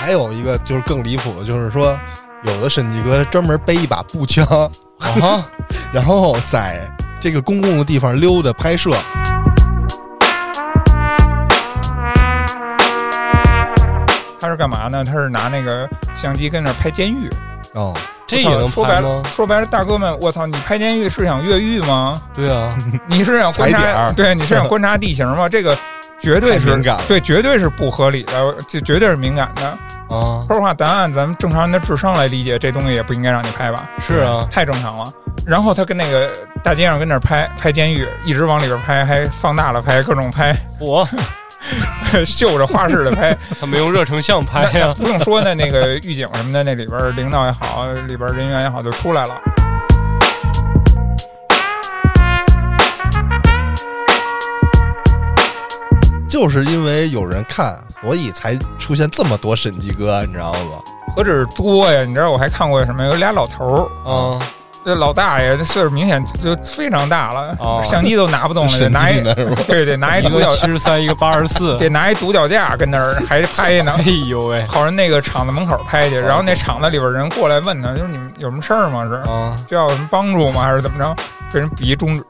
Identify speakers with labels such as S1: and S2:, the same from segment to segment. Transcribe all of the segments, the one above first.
S1: 还有一个就是更离谱，就是说有的审计哥专门背一把步枪，
S2: 啊，
S1: 然后在这个公共的地方溜达拍摄。
S3: 他是干嘛呢？他是拿那个相机跟那儿拍监狱。
S1: 哦，
S2: 这也能
S3: 说
S2: 拍
S3: 白了
S2: 吗，？
S3: 说白了，大哥们，我操，你拍监狱是想越狱 吗？
S2: 对啊，
S3: 你是想观
S1: 踩点儿
S3: 察？对，你是想观察地形 吗？这个绝对
S1: 太
S3: 是
S1: 敏感了
S3: 对，绝对是不合理的，这绝对是敏感的。
S2: 啊，
S3: 说实话，咱按咱们正常人的智商来理解，这东西也不应该让你拍吧，
S2: 是啊，
S3: 太正常了。然后他跟那个大街上跟那儿拍拍监狱，一直往里边拍，还放大了拍，各种拍，
S2: 我
S3: 秀着花式的拍。
S2: 他没用热成像拍呀，
S3: 不用说呢，那个狱警什么的，那里边领导也好，里边人员也好，就出来了。
S1: 就是因为有人看，所以才出现这么多审计哥，你知道吗？
S3: 何止多呀？你知道我还看过什么？有俩老头儿，
S2: 啊，
S3: 这老大爷这岁数明显就非常大了，
S2: 哦
S3: 相机都拿不动了，得
S1: 审
S3: 拿
S1: 计
S3: 一
S1: 呢是吧？
S3: 对得拿一
S2: 一
S3: 独
S2: 个
S3: 脚，
S2: 七十三，一个八十四，
S3: 得拿一独脚架跟那儿还拍呢
S2: 哎。呦喂，
S3: 跑人那个厂子门口拍去，然后那厂子里边人过来问他，就是你们有什么事儿吗？是
S2: 啊，
S3: 需要有什么帮助吗？还是怎么着？给人比一中指，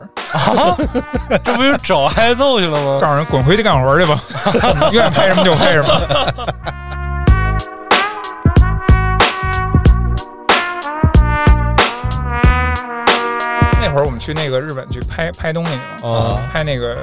S2: 这不是找挨揍去了吗？
S3: 告诉人滚回去干活去吧， 你愿意拍什么就拍什么。那会儿我们去那个日本去拍拍东西去嘛，
S2: 啊
S3: 拍那个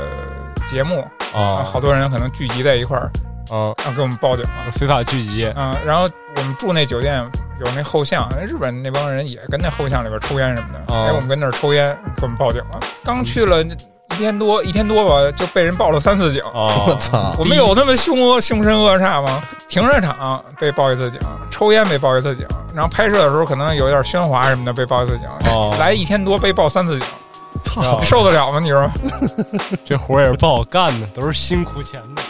S3: 节目，
S2: 啊，
S3: 好多人可能聚集在一块儿，
S2: 啊，
S3: 然后给我们报警了。
S2: 非法聚集
S3: 啊、然后我们住那酒店有那后巷，日本那帮人也跟那后巷里边抽烟什么的。
S2: 哦
S3: 哎，我们跟那儿抽烟，给我们报警了。刚去了一天多，一天多吧，就被人报了三次警。
S2: 啊，
S4: 哦
S1: 我操！
S3: 我们有那么凶恶凶神恶煞吗？停车场被报一次警，抽烟被报一次警，然后拍摄的时候可能有点喧哗什么的被报一次警。
S2: 哦
S3: 来一天多被报三次警，
S1: 操！
S3: 受得了吗？你说？
S2: 这活儿也是不好干的，都是辛苦钱的。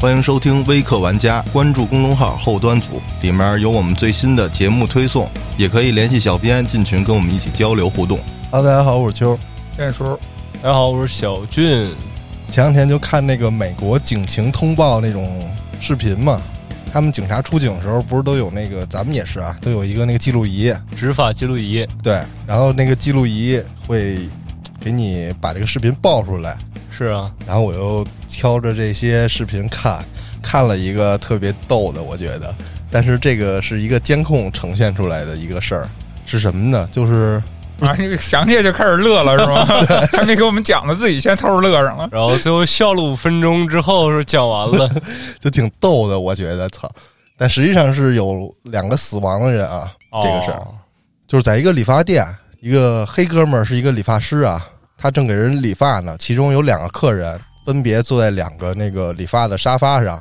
S4: 欢迎收听微课玩家，关注公众号后端组，里面有我们最新的节目推送，也可以联系小编进群跟我们一起交流互动。
S1: 哈喽，大家好，我是秋儿。
S3: 这叔，
S2: 大家好，我是小俊。
S1: 前两天就看那个美国警情通报那种视频嘛，他们警察出警的时候不是都有那个，咱们也是啊，都有一个那个记录仪，
S2: 执法记录仪
S1: 对，然后那个记录仪会给你把这个视频报出来，
S2: 是啊，
S1: 然后我又挑着这些视频看， 看了一个特别逗的，我觉得，但是这个是一个监控呈现出来的一个事儿，是什么呢？就是
S3: 啊，你想起来就开始乐了是吗？ 还没给我们讲呢，自己先偷着乐上了。
S2: 然后最后笑了五分钟之后说讲完了，
S1: 就挺逗的，我觉得，操！但实际上是有两个死亡的人啊，这个事儿。
S2: 哦
S1: 就是在一个理发店，一个黑哥们儿是一个理发师啊，他正给人理发呢，其中有两个客人分别坐在两个那个理发的沙发上，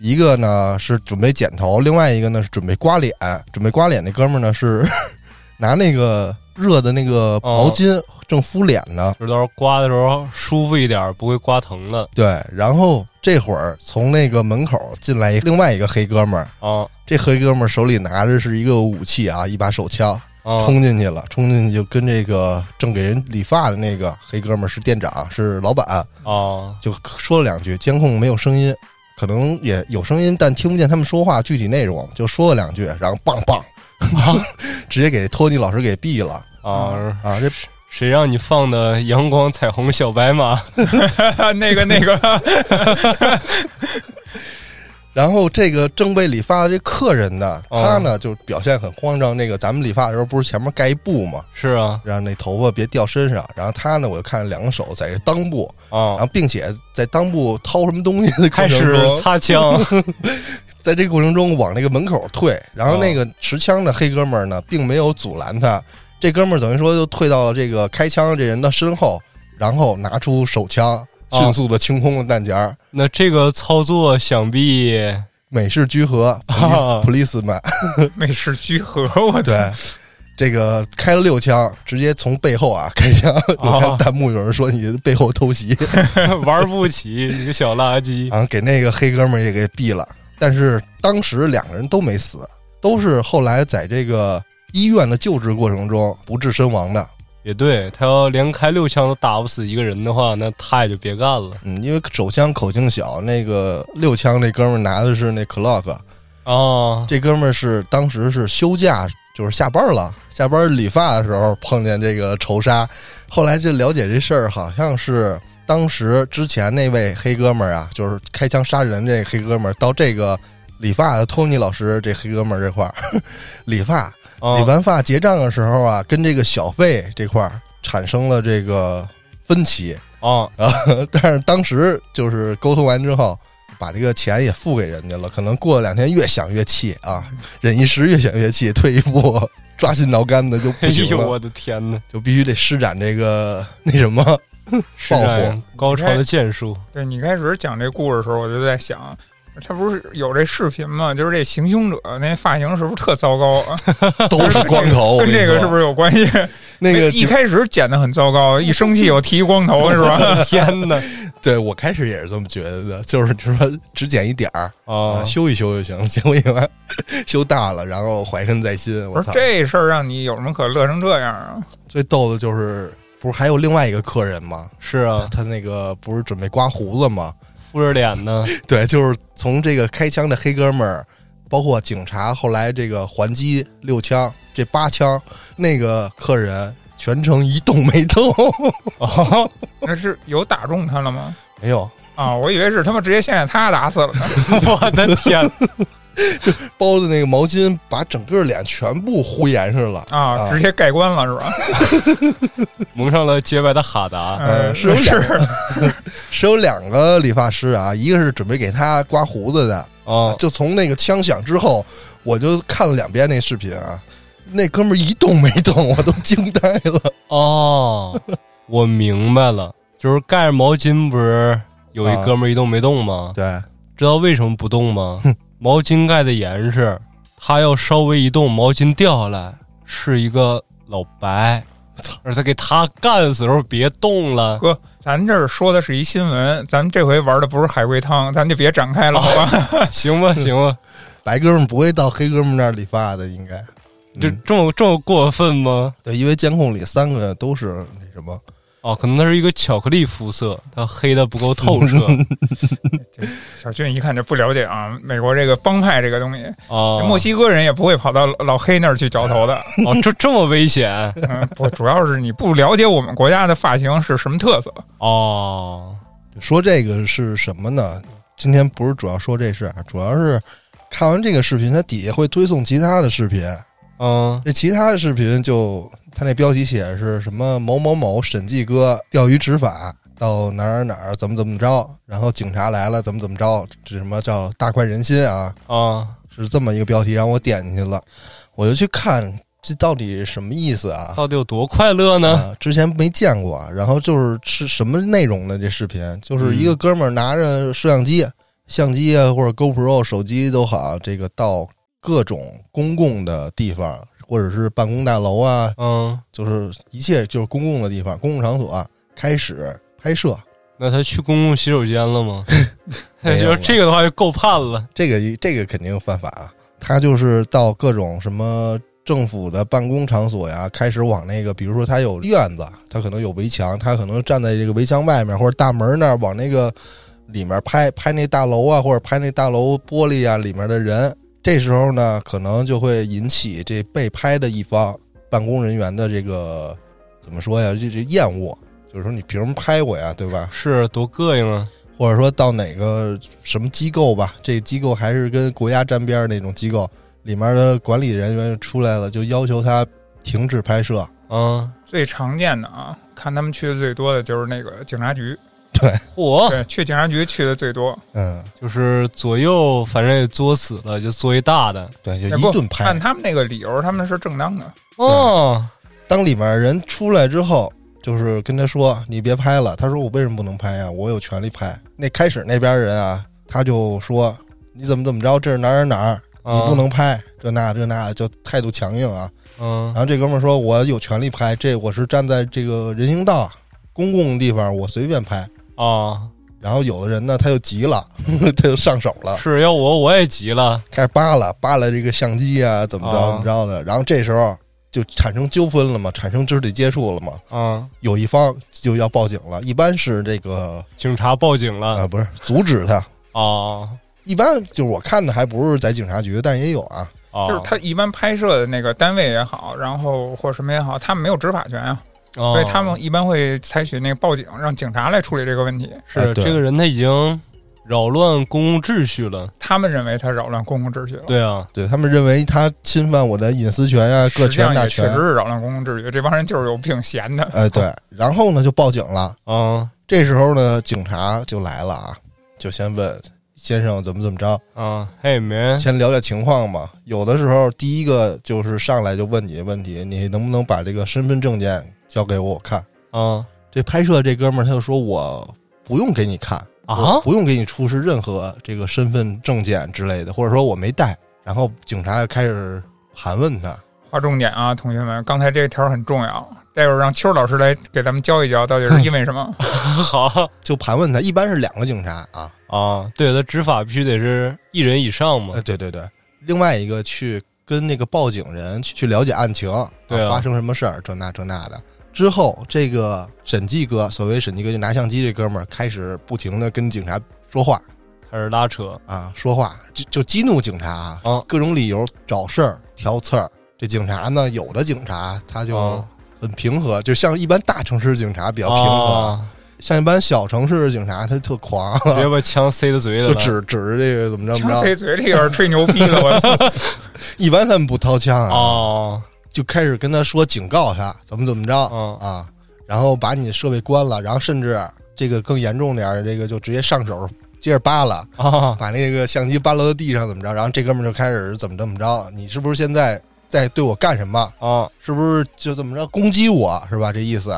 S1: 一个呢是准备剪头，另外一个呢是准备刮脸，准备刮脸那哥们儿呢是 拿那个热的那个毛巾正敷脸呢，
S2: 就是到时候刮的时候舒服一点，不会刮疼的
S1: 对，然后这会儿从那个门口进来一另外一个黑哥们儿。
S2: 啊
S1: 这黑哥们儿手里拿着是一个武器啊，一把手枪，
S2: 啊！
S1: 冲进去了，冲进去就跟这个正给人理发的那个黑哥们儿是店长，是老板，
S2: 啊
S1: 就说了两句。监控没有声音，可能也有声音，但听不见他们说话具体内容，就说了两句，然后棒 棒，直接给托尼老师给毙了
S2: 啊！
S1: 啊！这
S2: 谁让你放的阳光彩虹小白马？
S3: 那个那个，
S1: 然后这个正被理发的这客人呢，
S2: 啊
S1: 他呢就表现很慌张。那个咱们理发的时候不是前面盖一布嘛，
S2: 是啊
S1: 让那头发别掉身上。然后他呢，我就看着两个手在这裆部，然
S2: 啊！
S1: 后并且在裆部掏什么东西的过
S2: 开
S1: 程
S2: 始
S1: 中，
S2: 擦枪
S1: 在这个过程中往那个门口退，然后那个持枪的黑哥们儿呢，并没有阻拦他，这哥们儿等于说就退到了这个开枪这人的身后，然后拿出手枪，
S2: 哦
S1: 迅速的清空了弹夹儿，
S2: 那这个操作想必
S1: 美式居合
S2: 啊
S1: policeman，
S3: 美式居合，我操！
S1: 对。这个开了六枪，直接从背后啊开枪。 我看弹幕有人说你背后偷袭，
S2: 玩不起，你个小垃圾
S1: 然后给那个黑哥们儿也给毙了。但是当时两个人都没死，都是后来在这个医院的救治过程中不治身亡的。
S2: 也对，他要连开六枪都打不死一个人的话，那他也就别干 了
S1: 嗯，因为手枪口径小，那个六枪那哥们儿拿的是那 clock，
S2: 啊。
S1: 这哥们儿是当时是休假，就是下班了，下班理发的时候碰见这个仇杀。后来这了解这事儿，好像是当时之前那位黑哥们儿啊，就是开枪杀人这黑哥们儿，到这个理发的托尼老师这黑哥们儿这块儿， 理发
S2: 啊
S1: 理完发结账的时候啊，跟这个小费这块儿产生了这个分歧。
S2: 啊
S1: 但是当时就是沟通完之后，把这个钱也付给人家了。可能过了两天，越想越气啊，
S3: 嗯
S1: 忍一时越想越气，退一步抓心挠肝的就
S2: 哎
S1: 不行
S2: 呦，
S1: 了，
S2: 我的天哪！
S1: 就必须得施展这个那什 么
S2: 是
S1: 报复。
S2: 啊高超的剑术，
S3: 对你开始讲这故事的时候，我就在想，他不是有这视频吗？就是这行凶者那发型是不是特糟糕啊？
S1: 都是光头，
S3: 跟这个是不
S1: 是
S3: 是有关系？
S1: 那个
S3: 一
S1: 警？
S3: 开始剪的很糟 糕，一生气我剃一光头是吧？
S2: 天 哪！
S1: 对我开始也是这么觉得的，就是说只剪一点儿
S3: 哦
S2: 啊
S1: 啊，，修一修就行。 结果一完修大了，然后怀恨在心。
S3: 不
S1: 我
S3: 是
S1: 操！
S3: 这事儿让你有什么可乐成这样啊？
S1: 最逗的就是，不是还有另外一个客人吗？
S3: 嗯
S2: 是啊，
S1: 他那个不是准备刮胡子吗？
S2: 敷着脸 呢，
S1: 对，就是从这个开枪的黑哥们儿，包括警察，后来这个还击六枪，这八枪，那个客人全程一动没动，
S2: 哦，
S3: 那是有打中他 了吗？
S1: 没有
S3: 啊，我以为是他妈直接先给他打死了呢。
S2: 我的天哪！
S1: 包的那个毛巾把整个脸全部糊严实了
S3: 啊，直接盖棺了是吧？
S2: 蒙上了洁白的哈达，
S1: 呃，
S3: 嗯
S1: 是有两个 是有两个理发师啊，一个是准备给他刮胡子的，
S2: 啊，
S1: 就从那个枪响之后，我就看了两遍那视频啊，那哥们儿一动没动，我都惊呆了。
S2: 哦，我明白了，就是盖着毛巾，不是有一
S1: 啊
S2: 哥们儿一动没动吗？
S1: 对，
S2: 知道为什么不动吗？毛巾盖的严实，他要稍微一动，毛巾掉下来，是一个老白
S1: 操，
S2: 而且给他干死的时候别动了。
S3: 哥，咱这儿说的是一新闻，咱们这回玩的不是海龟汤，咱就别展开
S1: 哦
S3: 了，好 吧？
S2: 行吧，行吧，
S1: 白哥们儿不会到黑哥们儿那儿理发的，应该。
S2: 这
S1: 嗯
S2: 这么这么过分吗？
S1: 对，因为监控里三个都是那什么，
S2: 哦，可能他是一个巧克力肤色，他黑的不够透 彻
S3: 小俊一看就不了解啊，美国这个帮派这个东西，
S1: 哦
S2: 啊。
S3: 墨西哥人也不会跑到老黑那儿去绞头的。
S2: 哦，这这么危险
S3: 嗯，不，主要是你不了解我们国家的发型是什么特色。
S2: 哦
S1: 说这个是什么呢？今天不是主要说这事儿，啊主要是看完这个视频，它底下会推送其他的视频，
S2: 嗯
S1: 这其他的视频就它那标题写的是什么某某某审计哥钓鱼执法到哪儿哪儿哪儿怎么怎么着，然后警察来了怎么怎么着，这什么叫大快人心啊？
S2: 啊，
S1: 是这么一个标题，让我点进去了，我就去看这到底什么意思啊？
S2: 到底有多快乐呢？
S1: 啊，之前没见过。然后就是是什么内容呢？这视频就是一个哥们儿拿着摄像机、相机啊，或者 GoPro 手机都好，这个到各种公共的地方，或者是办公大楼啊，
S2: 嗯，
S1: 就是一切就是公共的地方、公共场所啊、开始拍摄。
S2: 那他去公共洗手间了吗？那
S1: 没有
S2: 就
S1: 了
S2: 是这个的话就够判了。
S1: 这个这个肯定犯法啊！他就是到各种什么政府的办公场所呀，开始往那个，比如说他有院子，他可能有围墙，他可能站在这个围墙外面或者大门那儿往那个里面拍拍那大楼啊，或者拍那大楼玻璃啊里面的人。这时候呢，可能就会引起这被拍的一方办公人员的这个怎么说呀？这这厌恶，就是说你凭什么拍我呀，对吧？
S2: 是多膈应啊！
S1: 或者说到哪个什么机构吧，这机构还是跟国家沾边儿那种机构，里面的管理人员出来了，就要求他停止拍摄。
S2: 嗯，
S3: 最常见的啊，看他们去的最多的就是那个警察局，
S2: 嚯，
S3: 对，去警察局去的最多。
S1: 嗯，
S2: 就是左右反正也作死了，就作一大的
S1: 对，就
S3: 也
S1: 一
S3: 不
S1: 顿拍
S3: 按。他们那个理由，他们是正当的。
S2: 哦，
S1: 当里面人出来之后，就是跟他说：“你别拍了。”他说：“我为什么不能拍呀、我有权利拍。”那开始那边人啊，他就说：“你怎么怎么着？这是哪儿哪儿哪儿，
S2: 啊
S1: 你不能拍。”这那这那的就态度强硬啊，
S2: 嗯
S1: 然后这哥们儿说：“我有权利拍，这我是站在这个人行道、公共地方，我随便拍。
S2: 啊，”
S1: 然后有的人呢，他就急了， 他就上手了，
S2: 是要我我也急了
S1: 开始扒拉扒拉这个相机啊，怎么着
S2: 啊
S1: 怎么着的。然后这时候就产生纠纷了嘛，产生肢体接触了嘛，
S2: 啊，
S1: 有一方就要报警了。一般是这个
S2: 警察报警
S1: 啊、
S2: 了
S1: 不是阻止他。嗯
S2: 哦
S1: 一般就是我看的还不是在警察局，但也有啊。
S2: 哦，
S3: 就是他一般拍摄的那个单位也好，然后或什么也好，他们没有执法权啊，
S2: 哦，
S3: 所以他们一般会采取那个报警，让警察来处理这个问题。
S1: 哎
S2: 是
S1: 对
S2: 这个人他已经扰乱公共秩序了，
S3: 他们认为他扰乱公共秩序了，
S2: 对啊，
S1: 对他们认为他侵犯我的隐私权啊，各
S3: 实际
S1: 权
S3: 上也
S1: 大
S3: 确
S1: 权
S3: 实。是扰乱公共秩序。这帮人就是有病闲
S2: 呃
S3: 的，
S1: 哎， 对，然后呢就报警了。
S2: 啊
S1: 这时候呢，警察就来了啊，就先问先生怎么怎么着，
S2: 啊，嘿没
S1: 先了解情况嘛。有的时候第一个就是上来就问你问题，你能不能把这个身份证件交给我看？
S2: 啊
S1: 这拍摄这哥们儿他就说我不用给你看
S2: 啊
S1: 我不用给你出示任何这个身份证件之类的，或者说我没带。然后警察就开始盘问他，
S3: 划重点啊，同学们，刚才这条很重要，待会儿让秋老师来给咱们教一教，到底是因为什 么？
S2: 好
S1: 就盘问他，一般是两个警察啊，
S2: 啊，对他执法必须得是一人以上嘛
S1: 呃，，对对对，另外一个去跟那个报警人去去了解案情，
S2: 对啊
S1: 发生什么事儿，这那这那的。之后，这个审计哥，所谓审计哥就拿相机这哥们儿，开始不停的跟警察说话
S2: 开始拉扯
S1: 啊，说话就就激怒警察啊，
S2: 啊
S1: 各种理由找事儿、挑刺儿。这警察呢，有的警察他就
S2: 啊
S1: 很平和，就像一般大城市警察比较平和，
S2: 啊，
S1: 像一般小城市的警察他特狂，
S2: 直接把枪塞他嘴 里
S1: 就
S2: 了，
S1: 指指着这个怎么着怎
S3: 枪
S1: 么着，
S3: 塞嘴里边吹牛逼的，我
S1: 一般他们不掏枪啊
S2: 哦
S1: 就开始跟他说警告他怎么怎么着、
S2: 嗯
S1: 啊，然后把你设备关了，然后甚至这个更严重点儿，这个就直接上手接着扒拉，
S2: 啊
S1: 把那个相机扒拉到地上怎么着，然后这哥们儿就开始怎么怎么着，你是不是现在在对我干什么？
S2: 啊
S1: 是不是就怎么着攻击我是吧？这意思。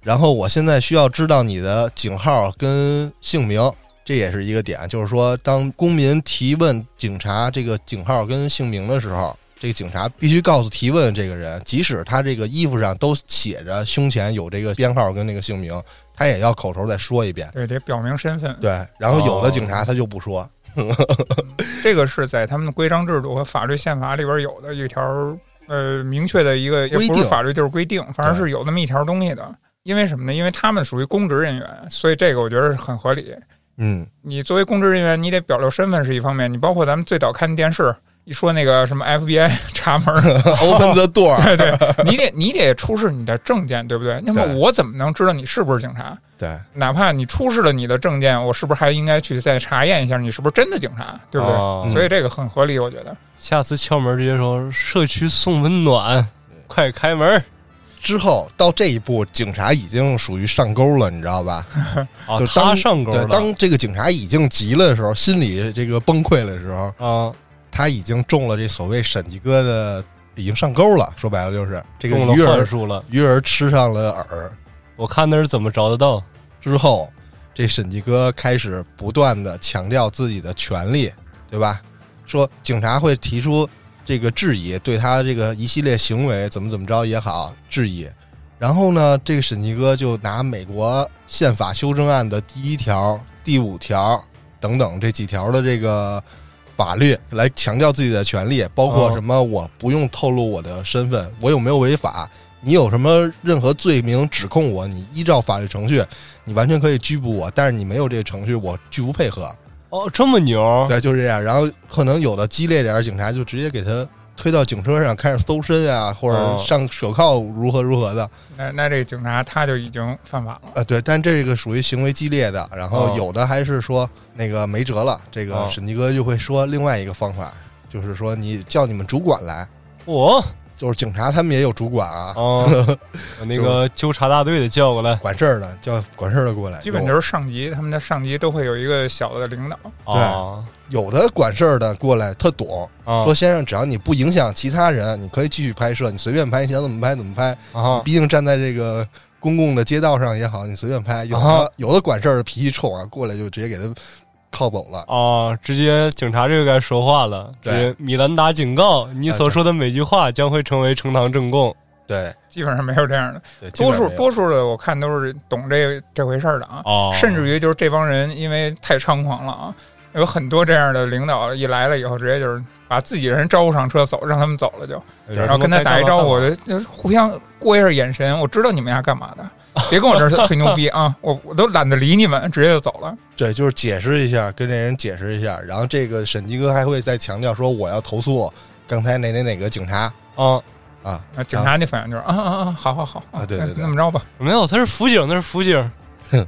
S1: 然后我现在需要知道你的警号跟姓名，这也是一个点，就是说当公民提问警察这个警号跟姓名的时候。这个警察必须告诉提问这个人，即使他这个衣服上都写着胸前有这个编号跟那个姓名，他也要口头再说一遍。
S3: 对，得表明身份。
S1: 对，然后有的
S2: 哦
S1: 警察他就不说，
S3: 这个是在他们的规章制度和法律宪法里边有的一条呃明确的一个，也
S1: 规
S3: 不是
S1: 定
S3: 法律就是规定，反正
S1: 对
S3: 是有那么一条东西的。因为什么呢？因为他们属于公职人员，所以这个我觉得是很合理。
S1: 嗯，
S3: 你作为公职人员，你得表露身份是一方面，你包括咱们最早看电视一说那个什么 FBI 查门儿，
S1: open the door，
S3: 对对，你得你得出示你的证件，对不对？那么
S1: 对
S3: 我怎么能知道你是不是警察？
S1: 对，
S3: 哪怕你出示了你的证件，我是不是还应该去再查验一下你是不是真的警察，对不对？
S1: 哦
S2: 啊
S3: 所以这个很合理，我觉得。
S2: 下次敲门直接说社区送温暖，快开门
S1: 之后到这一步，警察已经属于上钩了，你知道吧？
S2: 啊！
S1: 就当
S2: 他上钩
S1: 对，
S2: 了，
S1: 当这个警察已经急了的时候，心里这个崩溃的时候，
S2: 啊
S1: 他已经中了这所谓审计哥的，已经上钩了。说白了就是这个
S2: 中了
S1: 鱼
S2: 幻
S1: 饵，
S2: 术了。
S1: 鱼饵吃上了饵
S2: 我看他是怎么着得到
S1: 之后，这审计哥开始不断的强调自己的权利，对吧？说警察会提出这个质疑，对他这个一系列行为怎么怎么着也好质疑。然后呢，这个审计哥就拿美国宪法修正案的第一条、第五条等等这几条的这个法律来强调自己的权利，包括
S2: 哦
S1: 什么我不用透露我的身份，我有没有违法，你有什么任何罪名指控我，你依照法律程序，你完全可以拘捕我，但是你没有这个程序，我拒不配合。
S2: 哦，这么牛
S3: 啊
S1: 对，就是这样。然后可能有的激烈点儿，警察就直接给他推到警车上，开始搜身啊，或者
S2: 哦
S1: 上手铐，如何如何的。
S3: 那那这个警察他就已经犯法了，
S1: 呃，对，但这个属于行为激烈的。然后
S2: 哦
S1: 有的还是说那个没辙了，这个
S2: 哦
S1: 审计哥就会说另外一个方法，就是说你叫你们主管来，
S2: 我
S1: 就是警察他们也有主管啊，
S3: 哦
S2: 啊，把那个纠察大队的叫过来
S1: 管事儿的叫管事儿的过来。
S3: 基本
S1: 有
S3: 就是上级，他们的上级都会有一个小的领导。
S1: 哦
S2: 啊
S1: 有的管事儿的过来，他
S3: 哦
S1: 懂，
S2: 啊
S1: 说先生，只要你不影响其他人，你可以继续拍摄，你随便拍，你想怎么拍怎么拍。
S2: 啊！
S1: 毕竟站在这个公共的街道上也好，你随便拍，有的、
S2: 啊
S1: 有的管事儿的脾气冲啊，过来就直接给他铐走了。
S2: 啊！直接警察这个该说话了。
S1: 对
S2: 直接米兰达警告：你所说的每句话将会成为呈堂证供。
S1: 对
S3: 基本上没有这样的，
S1: 对，基
S3: 多
S1: 本上
S3: 数
S1: 没有
S3: 多数的我看都是懂这这回事儿的啊，
S2: 哦，
S3: 甚至于就是这帮人因为太猖狂了啊，有很多这样的领导一来了以后，直接就是把自己人招呼上车走，让他们走了就，
S2: 有人
S3: 然后跟他
S2: 说该
S3: 打一
S2: 干嘛
S3: 招
S2: 干
S3: 呼，我
S2: 嘛
S3: 就就互相过一下眼神，我知道你们家干嘛的，别跟我这儿吹牛逼啊，我我都懒得理你们，直接就走了。
S1: 对，就是解释一下，跟这人解释一下，然后这个审计哥还会再强调说我要投诉刚才哪哪哪个警察
S2: 嗯，
S1: 啊，
S3: 啊，警察那反应就是啊啊啊，好好好
S1: 啊对对对
S3: 那那么着吧，
S2: 没有，他是辅警，那是辅警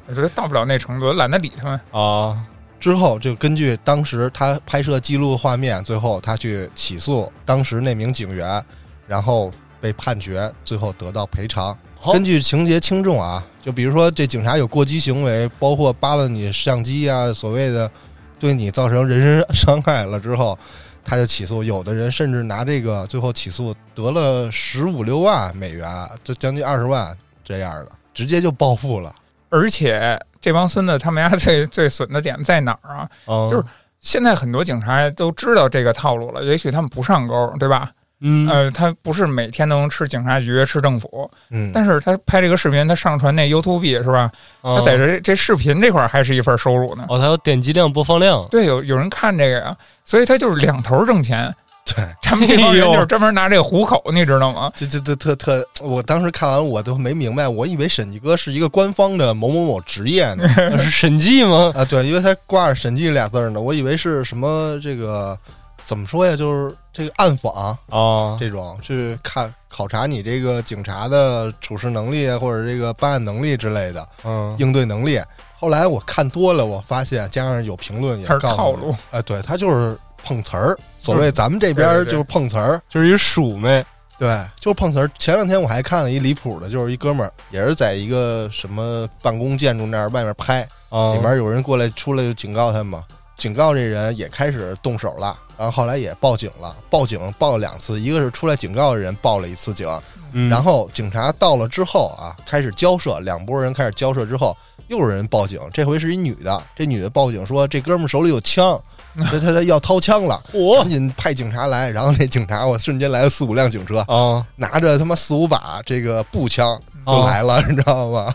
S3: 我觉得到不了那程度，懒得理他们。
S2: 啊，
S1: 之后就根据当时他拍摄记录的画面，最后他去起诉当时那名警员，然后被判决，最后得到赔偿。
S2: 哦好
S1: 根据情节轻重啊，就比如说这警察有过激行为，包括扒拉你相机啊，所谓的对你造成人身伤害了之后，他就起诉。有的人甚至拿这个最后起诉得了十五六万美元，这将近二十万这样的，直接就暴富了。
S3: 而且这帮孙子他们家最最损的点在哪儿啊？
S2: 嗯
S3: 就是现在很多警察都知道这个套路了，也许他们不上钩，对吧？
S2: 嗯
S3: 呃，他不是每天都能吃警察局、吃政府，
S1: 嗯，
S3: 但是他拍这个视频，他上传那 YouTube 是吧？他在这这视频这块儿还是一份收入呢。
S2: 哦，他有点击量、播放 量，
S3: 对，有有人看这个呀，所以他就是两头挣钱。
S1: 对，
S3: 他们这帮人
S2: 哎呦
S3: 就是专门拿这个糊口，你知道吗？
S1: 这这这特特，我当时看完我都没明白，我以为审计哥是一个官方的某某某职业呢
S2: 是审计吗？
S1: 啊，对，因为他挂着审计俩字儿呢，我以为是什么这个怎么说呀，就是这个暗访
S2: 啊，
S1: 这种去看考察你这个警察的处事能力啊，或者这个办案能力之类的
S2: 嗯，
S1: 应对能力。后来我看多了，我发现加上有评论也
S3: 他是
S1: 告诉
S3: 套
S1: 我
S3: 路，嗯
S1: 哎，对他就是碰瓷儿，所谓咱们这边儿
S3: 对对对
S1: 就是碰瓷儿，
S2: 就是一鼠妹，
S1: 对，就是碰瓷儿。前两天我还看了一离谱的，就是一哥们儿也是在一个什么办公建筑那儿外面拍，
S2: 啊，
S1: 里面有人过来出来就警告他们嘛，警告这人也开始动手了，然后后来也报警了，报警报了两次，一个是出来警告的人报了一次警，
S2: 嗯
S1: 然后警察到了之后啊，开始交涉，两拨人开始交涉之后，又有人报警，这回是一女的，这女的报警说这哥们儿手里有枪，他他他要掏枪了。
S2: 我
S1: 赶紧派警察来，然后那警察，我瞬间来了四五辆警车，
S2: 啊，
S1: 拿着他妈四五把这个步枪就
S2: 哦
S1: 来了， 你知道吗？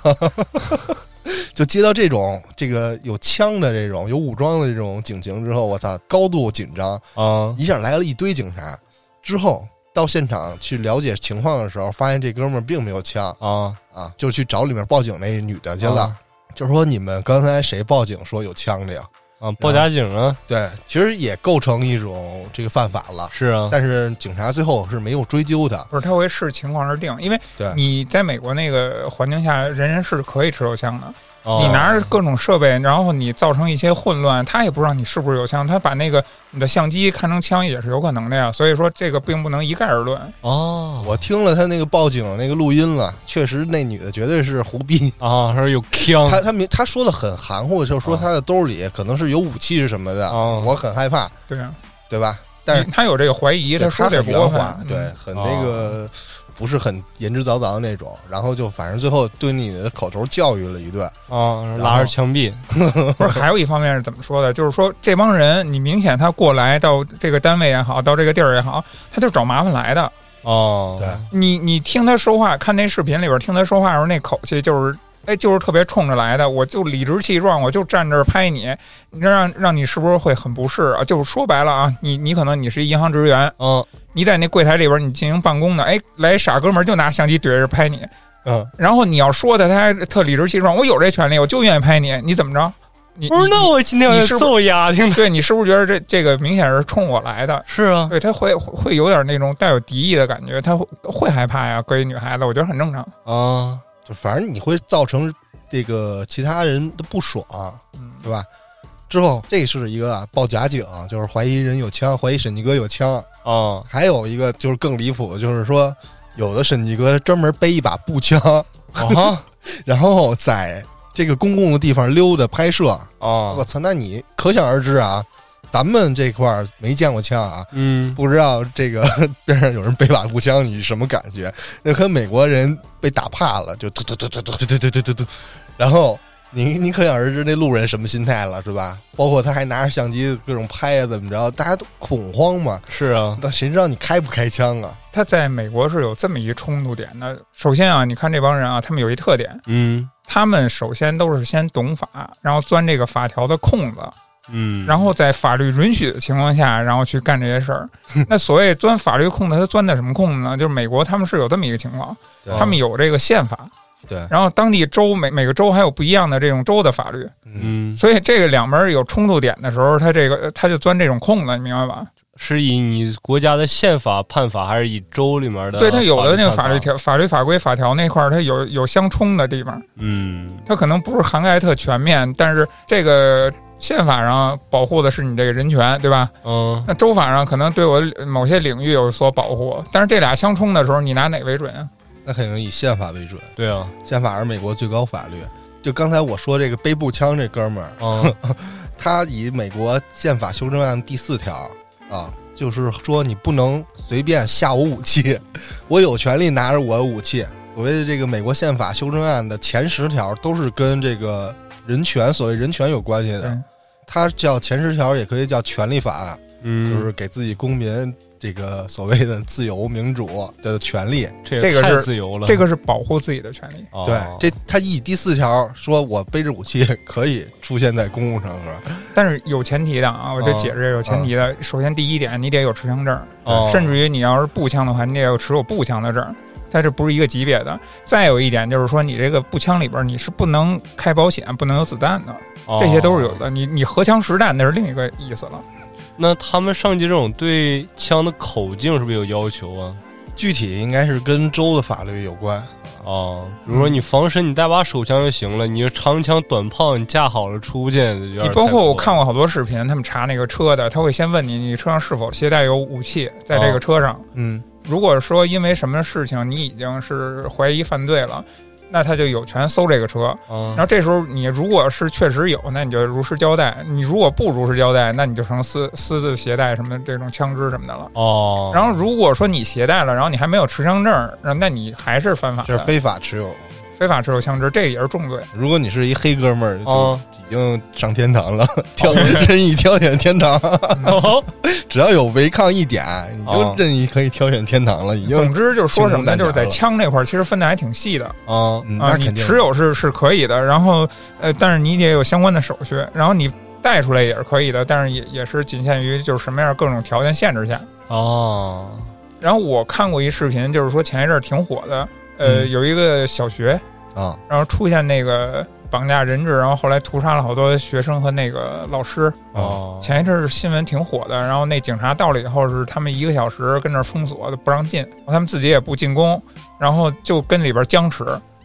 S1: 就接到这种这个有枪的这种有武装的这种警情之后，我操，高度紧张，
S2: 啊，
S1: 一下来了一堆警察。之后到现场去了解情况的时候，发现这哥们儿并没有枪
S2: 啊，
S1: 啊，就去找里面报警那女的去了，
S2: 啊
S1: 就说你们刚才谁报警说有枪的呀？
S2: 啊，报假警啊，
S1: 对，其实也构成一种这个犯法了，
S2: 是啊，
S1: 但是警察最后是没有追究的。
S3: 不是他会视情况而定，因为
S1: 对
S3: 你在美国那个环境下，人人是可以持有枪的。
S2: 你
S1: 哦
S3: 你拿着各种设备，然后你造成一些混乱，他也不知道你是不是有枪，他把那个你的相机看成枪也是有可能的呀。所以说这个并不能一概而论。
S2: 哦，
S1: 我听了他那个报警那个录音了，确实那女的绝对是胡逼。
S2: 啊，说有枪
S3: 嗯
S1: 她她没她说的很含糊，就是说
S2: 啊
S1: 她的兜里可能是有武器什么的，
S2: 啊
S1: 我很害怕，
S3: 对啊，
S1: 对吧？但是
S3: 嗯你他有这个怀疑，
S1: 对
S3: 说
S1: 她
S3: 的也
S1: 很
S3: 不过
S1: 圆
S3: 分
S1: 滑，，对，
S3: 嗯
S1: 很那个不是很言之凿凿那种。然后就反正最后对你的口头教育了一顿，
S2: 啊，拉着枪毙，
S3: 不是还有一方面是怎么说的？就是说这帮人，你明显他过来到这个单位也好，到这个地儿也好，他就是找麻烦来的。
S2: 哦，
S1: 对，
S3: 你你听他说话，看那视频里边听他说话的时候那口气就是。哎，就是特别冲着来的，我就理直气壮，我就站这儿拍你，你让让你是不是会很不适啊？就是说白了啊，你你可能你是一银行职员，
S2: 嗯，
S3: 你在那柜台里边你进行办公呢，哎，来傻哥们儿就拿相机怼着拍你，
S1: 嗯，
S3: 然后你要说的他还特理直气壮，我有这权利，我就愿意拍你，你怎么着？你
S2: 不是，
S3: 你
S2: 那我今天要
S3: 你是不是
S2: 揍丫听的，
S3: 对你是不是觉得这这个明显是冲我来的？
S2: 是啊，
S3: 对，他会会有点那种带有敌意的感觉，他会会害怕呀，关于女孩子，我觉得很正常。
S2: 啊，
S1: 就反正你会造成这个其他人的不爽，
S3: 嗯，
S1: 对吧？之后这是一个啊报假警，就是怀疑人有枪，怀疑审计哥有枪。
S3: 哦
S2: 啊，
S1: 还有一个就是更离谱，就是说有的审计哥专门背一把步枪，
S2: 啊，
S1: 然后在这个公共的地方溜达拍摄。
S3: 哦
S2: 啊
S1: 我，操，那你可想而知啊，咱们这块儿没见过枪啊，
S2: 嗯，
S1: 不知道这个呃边上有人背把步枪，你是什么感觉？那和美国人被打怕了，就突突突突突突突突突突，然后你你可想而知那路人什么心态了，是吧？包括他还拿着相机各种拍啊，怎么着，大家都恐慌嘛。
S2: 是啊，
S1: 那谁知道你开不开枪啊？
S3: 他在美国是有这么一冲突点的。首先啊，你看这帮人啊，他们有一特点，
S2: 嗯
S3: 他们首先都是先懂法，然后钻这个法条的空子。
S2: 嗯，
S3: 然后在法律允许的情况下，然后去干这些事儿。 那所谓钻法律空子，他钻的什么空子呢？就是美国他们是有这么一个情况，
S1: 对
S3: 他们有这个宪法，
S1: 对
S3: 然后当地州每每个州还有不一样的这种州的法律，
S2: 嗯，
S3: 所以这个两门有冲突点的时候，他这个他就钻这种空子，你明白吧？
S2: 是以你国家的宪法判法，还是以州里面的？
S3: 对他有的那个法律
S2: 律判法，
S3: 条、法律法规、法条那块儿，他有有相冲的地方，
S2: 嗯
S3: 他可能不是涵盖特全面，但是这个宪法上保护的是你这个人权，对吧？
S2: 嗯，
S3: 那州法上可能对我某些领域有所保护，但是这俩相冲的时候，你拿哪为准啊？
S1: 那肯定以宪法为准，
S2: 对啊，
S1: 宪法是美国最高法律。就刚才我说这个背步枪这哥们儿，
S2: 嗯
S1: 他以美国宪法修正案第四条啊，就是说你不能随便下我武器，我有权利拿着我的武器。所谓的这个美国宪法修正案的前十条都是跟这个人权，所谓人权有关系的
S3: 对。啊
S1: 它叫前十条，也可以叫权利法案，
S2: 嗯，
S1: 就是给自己公民这个所谓的自由民主的权利。
S2: 这
S3: 这个
S2: 太
S3: 是
S2: 自由了，
S3: 这个是保护自己的权利。
S2: 哦
S1: 对，这他以第四条说，我背着武器可以出现在公共场合。
S3: 但是有前提的啊，我就解释有前提的。首先第一点，你得有持枪证，
S2: 哦
S3: 甚至于你要是步枪的话，你得有持有步枪的证，它这不是一个级别的。再有一点就是说，你这个步枪里边你是不能开保险，不能有子弹的，这些都是有
S2: 哦
S3: 的。你你荷枪实弹那是另一个意思了。
S2: 那他们上级这种对枪的口径是不是有要求啊？
S1: 具体应该是跟州的法律有关。
S2: 哦，比如说你防身，你带把手枪就行了，你就长枪短炮，你架好了出去。你
S3: 你包括我看过好多视频，他们查那个车的，他会先问你你车上是否携带有武器，在这
S2: 哦
S3: 个车上。
S1: 嗯，
S3: 如果说因为什么事情你已经是怀疑犯罪了，那他就有权搜这个车。
S2: 嗯
S3: 然后这时候你如果是确实有，那你就如实交代；你如果不如实交代，那你就成私私自携带什么这种枪支什么的了。
S2: 哦，
S3: 然后如果说你携带了，然后你还没有持枪证，然后那你还是犯法
S1: 这
S3: 的
S1: 是，非法持有。
S3: 非法持有枪支，这也是重罪。
S1: 如果你是一黑哥们儿，
S2: 哦
S1: 就已经上天堂了，
S3: 哦
S1: 挑任意挑选天堂。
S2: 哦
S1: 只要有违抗一点，你就
S2: 哦
S1: 任意可以挑选天堂了。已经，
S3: 总之就是说什么
S1: 轻松
S3: 呢？
S1: 淡
S3: 就是在
S1: 雅了
S3: 枪这块儿其实分的还挺细的。
S2: 哦
S1: 嗯
S3: 啊，
S1: 那
S3: 你
S1: 肯定
S3: 持有是是可以的，然后呃，但是你得有相关的手续，然后你带出来也是可以的，但是也也是仅限于就是什么样各种条件限制下。
S2: 哦，
S3: 然后我看过一视频，就是说前一阵儿挺火的，呃，
S1: 嗯
S3: 有一个小学，
S1: 啊，
S3: 然后出现那个绑架人质，然后后来屠杀了好多学生和那个老师。
S1: 啊
S2: 哦，
S3: 前一阵儿新闻挺火的，然后那警察到了以后是他们一个小时跟那儿封锁，不让进，他们自己也不进宫，然后就跟里边僵持，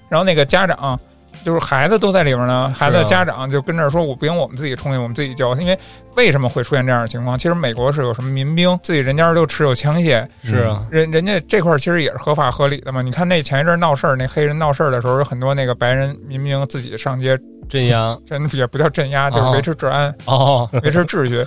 S3: 然后那个家长。就是孩子都在里边呢，孩子的家长就跟这儿说：“我不行，我们自己冲去，我们自己交。”因为为什么会出现这样的情况？其实美国是有什么民兵，自己人家都持有枪械，
S2: 是啊，
S3: 人人家这块儿其实也是合法合理的嘛。你看那前一阵儿闹事儿，那黑人闹事儿的时候，有很多那个白人民兵自己上街，
S2: 镇压
S3: 真也不叫镇压，就是
S2: 哦
S3: 维持治安。
S2: 哦，
S3: 维持秩序。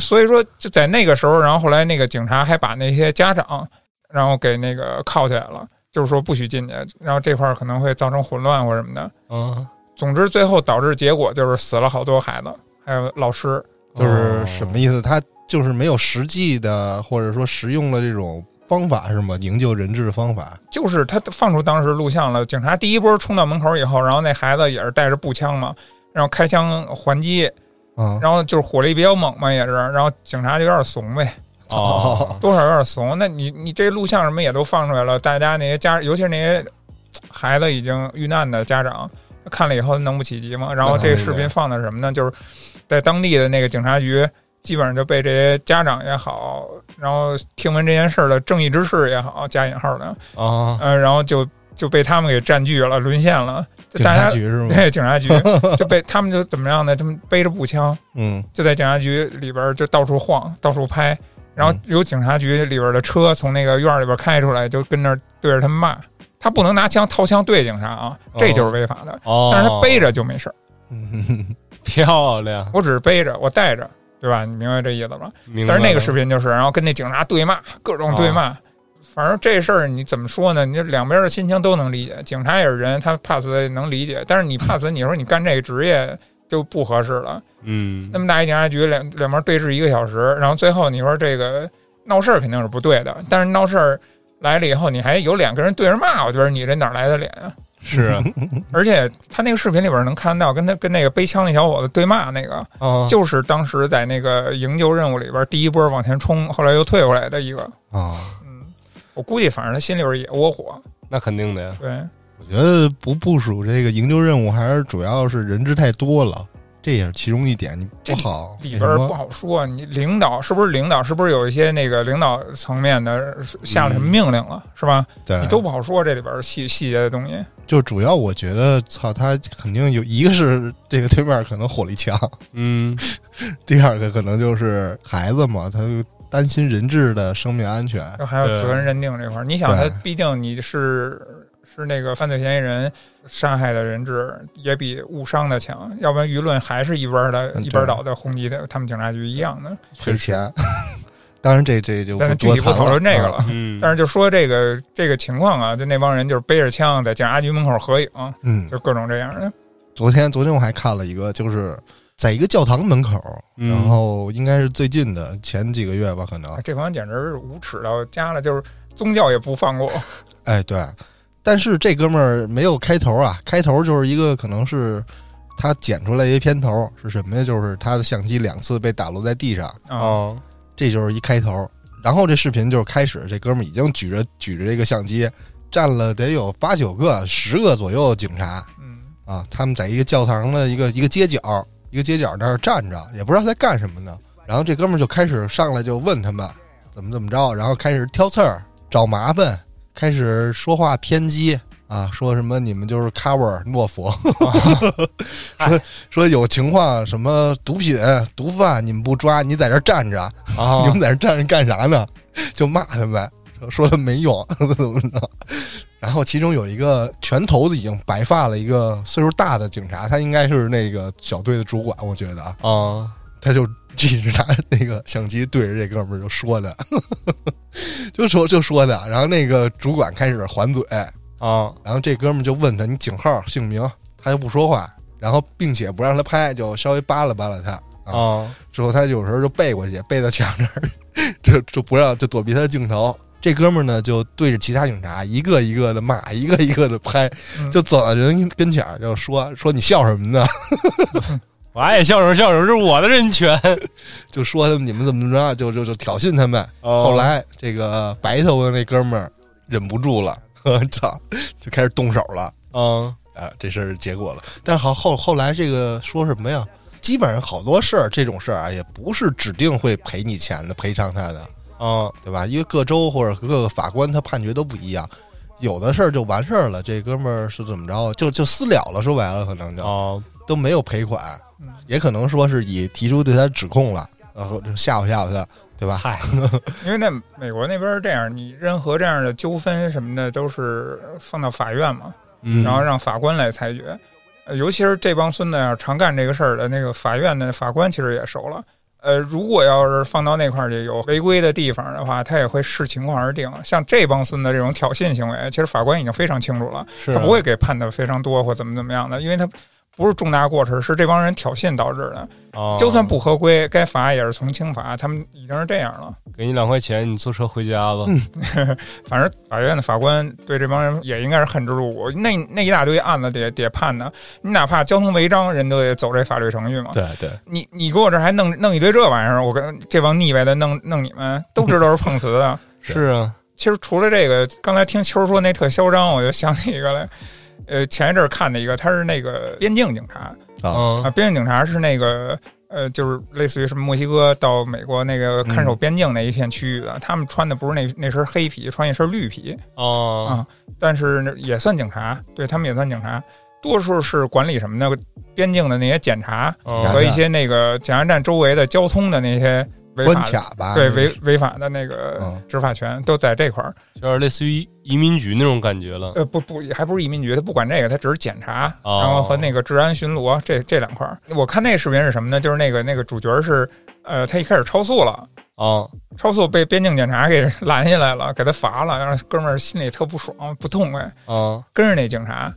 S3: 所以说，就在那个时候，然后后来那个警察还把那些家长，然后给那个铐起来了，就是说不许进去，然后这块儿可能会造成混乱或什么的。
S2: 嗯，
S3: 总之，最后导致结果就是死了好多孩子，还有老师。
S1: 就是什么意思？他就是没有实际的或者说实用的这种方法是吗？营救人质的方法。
S3: 就是他放出当时录像了，警察第一波冲到门口以后，然后那孩子也是带着步枪嘛，然后开枪还击，
S1: 啊，
S3: 然后就是火力比较猛嘛，也是，然后警察就有点怂呗。
S2: 哦？
S3: 多少有点怂。那你你这录像什么也都放出来了，大家那些家，尤其是那些孩子已经遇难的家长，看了以后能不起急吗？然后这视频放的是什么呢？就是在当地的那个警察局，基本上就被这些家长也好，然后听闻这件事儿的正义之士也好，加引号的，
S2: 哦，
S3: 嗯、然后就就被他们给占据了，沦陷了。就
S1: 警
S3: 大
S1: 察
S3: 家
S1: 局是 吗？
S3: 对警察局就被他们就怎么样呢？他们背着步枪。
S1: 嗯，
S3: 就在警察局里边儿就到处晃，到处拍，然后
S1: 嗯
S3: 有警察局里边儿的车从那个院儿里边儿开出来，就跟那儿对着他们骂。他不能拿枪掏枪对警察啊，这就是违法的。
S2: 哦，
S3: 但是他背着就没事儿，
S1: 嗯
S2: 漂亮，
S3: 我只是背着，我带着，对吧？你明白这意思吧？
S2: 明白了。啊
S3: 但是那个视频就是，然后跟那警察对骂，各种对骂。反正这事儿你怎么说呢？你这两边的心情都能理解，警察也是人，他怕死也能理解。但是你怕死，你说你干这个职业就不合适了。
S2: 嗯
S3: 那，么大一警察局两两边对峙一个小时，然后最后你说这个闹事儿肯定是不对的，但是闹事儿来了以后，你还有脸跟人对着骂，我觉得你这哪儿来的脸啊？
S2: 是啊，
S3: 而且他那个视频里边能看到，跟他跟那个背枪那小伙子对骂那个，
S1: 嗯
S2: 啊
S3: 就是当时在那个营救任务里边第一波往前冲，后来又退回来的一个。
S1: 啊，
S3: 嗯，我估计反正他心里边也窝火。
S2: 那肯定的呀。
S3: 对，
S1: 我觉得不部署这个营救任务，还是主要是人质太多了，这也是其中一点，你不好
S3: 里边不
S1: 好
S3: 好说，你领导是不是领导？是不是有一些那个领导层面的下了什么命令了，是吧？
S1: 嗯对
S3: 你都不好说这里边细细节的东西。
S1: 就主要我觉得，操，他肯定有一个是这个对面可能火力强，
S2: 嗯，
S1: 第二个可能就是孩子嘛，他就担心人质的生命安全。
S3: 然后还有
S2: 对
S3: 责任认定这块儿，你想他
S1: 对
S3: 毕竟你是是那个犯罪嫌疑人杀害的人质，也比误伤的强，要不然舆论还是一边儿的
S1: 嗯
S3: 一边
S1: 对
S3: 倒的轰击的他们警察局一样的。
S1: 赔钱。 当然这，这就
S3: 但
S1: 不
S3: 是具
S1: 多
S3: 体不
S1: 谈
S3: 讨论这个
S1: 啊
S3: 了。
S2: 嗯，
S3: 但是就说这个这个情况啊，就那帮人就是背着枪在警察局门口合影，
S1: 嗯，
S3: 就各种这样的。
S1: 昨天昨天我还看了一个，就是在一个教堂门口，
S2: 嗯
S1: 然后应该是最近的前几个月吧，可能
S3: 哎这帮人简直是无耻到家了，就是宗教也不放过。啊
S1: 哎，对，但是这哥们儿没有开头啊，开头就是一个可能是他剪出来一片头是什么呀？就是他的相机两次被打落在地上，
S3: 啊，
S2: 啊，
S1: 这就是一开头。然后这视频就是开始，这哥们儿已经举着举着这个相机，站了得有八九个、十个左右警察
S3: 嗯，
S1: 啊，他们在一个教堂的一个一个街角，一个街角那儿站着，也不知道在干什么呢。然后这哥们儿就开始上来就问他们怎么怎么着，然后开始挑刺儿、找麻烦，开始说话偏激啊，说什么你们就是 cover 懦佛， 说说有情况什么毒品、毒贩你们不抓，你在这儿站着，
S2: 啊
S1: 你们在这站着干啥呢？就骂他们，说说他没用， 怎么怎么着。然后其中有一个全头的已经白发了一个岁数大的警察，他应该是那个小队的主管，我觉得啊，
S2: 啊，
S1: 他就 一直拿那个相机对着这哥们儿就说的， 就说就说的。然后那个主管开始还嘴，
S2: 啊，
S1: 然后这哥们儿就问他你警号、姓名，他就不说话，然后并且不让他拍，就稍微扒拉扒拉他。
S2: 啊，
S1: 之后他有时候就背过去，背到墙那儿， 就就不让就躲避他的镜头。这哥们儿呢，就对着其他警察一个一个的骂，一个一个的拍，
S3: 嗯
S1: 就走到人跟前儿就说说你笑什么呢？
S2: 我爱笑什么笑什么是我的人权。
S1: 就说他们你们怎么怎么着，就就就挑衅他们。后
S2: 后
S1: 来这个白头发那哥们儿忍不住了， 呵操，就开始动手了
S2: 啊，
S1: 啊！这事儿结果了，但好后后来这个说什么呀？基本上好多事儿这种事儿啊，也不是指定会赔你钱的，赔偿他的。
S2: 啊，
S1: 对吧？因为各州或者各个法官他判决都不一样，有的事儿就完事儿了，这哥们儿是怎么着，就就私了了。说白了，可能就
S2: 啊，
S1: 都没有赔款
S3: 哦嗯，
S1: 也可能说是以提出对他指控了，然后就吓唬吓唬他，对吧？
S2: 嗨，
S3: 因为那美国那边儿这样，你任何这样的纠纷什么的都是放到法院嘛，
S2: 嗯
S3: 然后让法官来裁决。呃尤其是这帮孙子要常干这个事儿的，那个法院的法官其实也熟了。呃，如果要是放到那块儿去有违规的地方的话，他也会视情况而定。像这帮孙子这种挑衅行为，其实法官已经非常清楚了，
S2: 是啊
S3: 他不会给判的非常多或怎么怎么样的，因为他不是重大过失，是这帮人挑衅导致的。
S2: 啊，
S3: 就算不合规，该罚也是从轻罚。他们已经是这样了。
S2: 给你两块钱，你坐车回家吧。
S3: 反正法院的法官对这帮人也应该是恨之入骨。那那一大堆案子得得判呢，你哪怕交通违章，人都得走这法律程序嘛。
S1: 对对，
S3: 你你给我这还弄弄一堆这玩意儿，我跟这帮腻歪的弄弄你们，都知道是碰瓷的。
S2: 是啊，
S3: 其实除了这个，刚才听秋儿说那特嚣张，我就想起一个来。呃，前一阵儿看的一个，他是那个边境警察
S2: 啊
S3: 啊，边境警察是那个呃，就是类似于什么墨西哥到美国那个看守边境那一片区域的，他们穿的不是那那身黑皮，穿一身绿皮，
S2: 啊
S3: 啊但是那也算警察，对他们也算警察，多数是管理什么呢？边境的那些检查
S2: 哦
S1: 啊
S3: 和一些那个检查站周围的交通的那些违
S1: 关
S3: 法的，
S1: 卡吧，
S3: 对
S1: 就是
S3: 违违法的那个
S1: 嗯
S3: 执法权都在这块儿。
S2: 有点类似于移民局那种感觉了。
S3: 呃，不不，还不是移民局，他不管这个，他只是检查，
S2: 哦
S3: 然后和那个治安巡逻这这两块儿。我看那视频是什么呢？就是那个那个主角是，呃，他一开始超速了。
S2: 啊
S3: 超速被边境检查给拦下来了，给他罚了，然后哥们儿心里特不爽，不痛快。
S2: 啊
S3: 跟着那警察，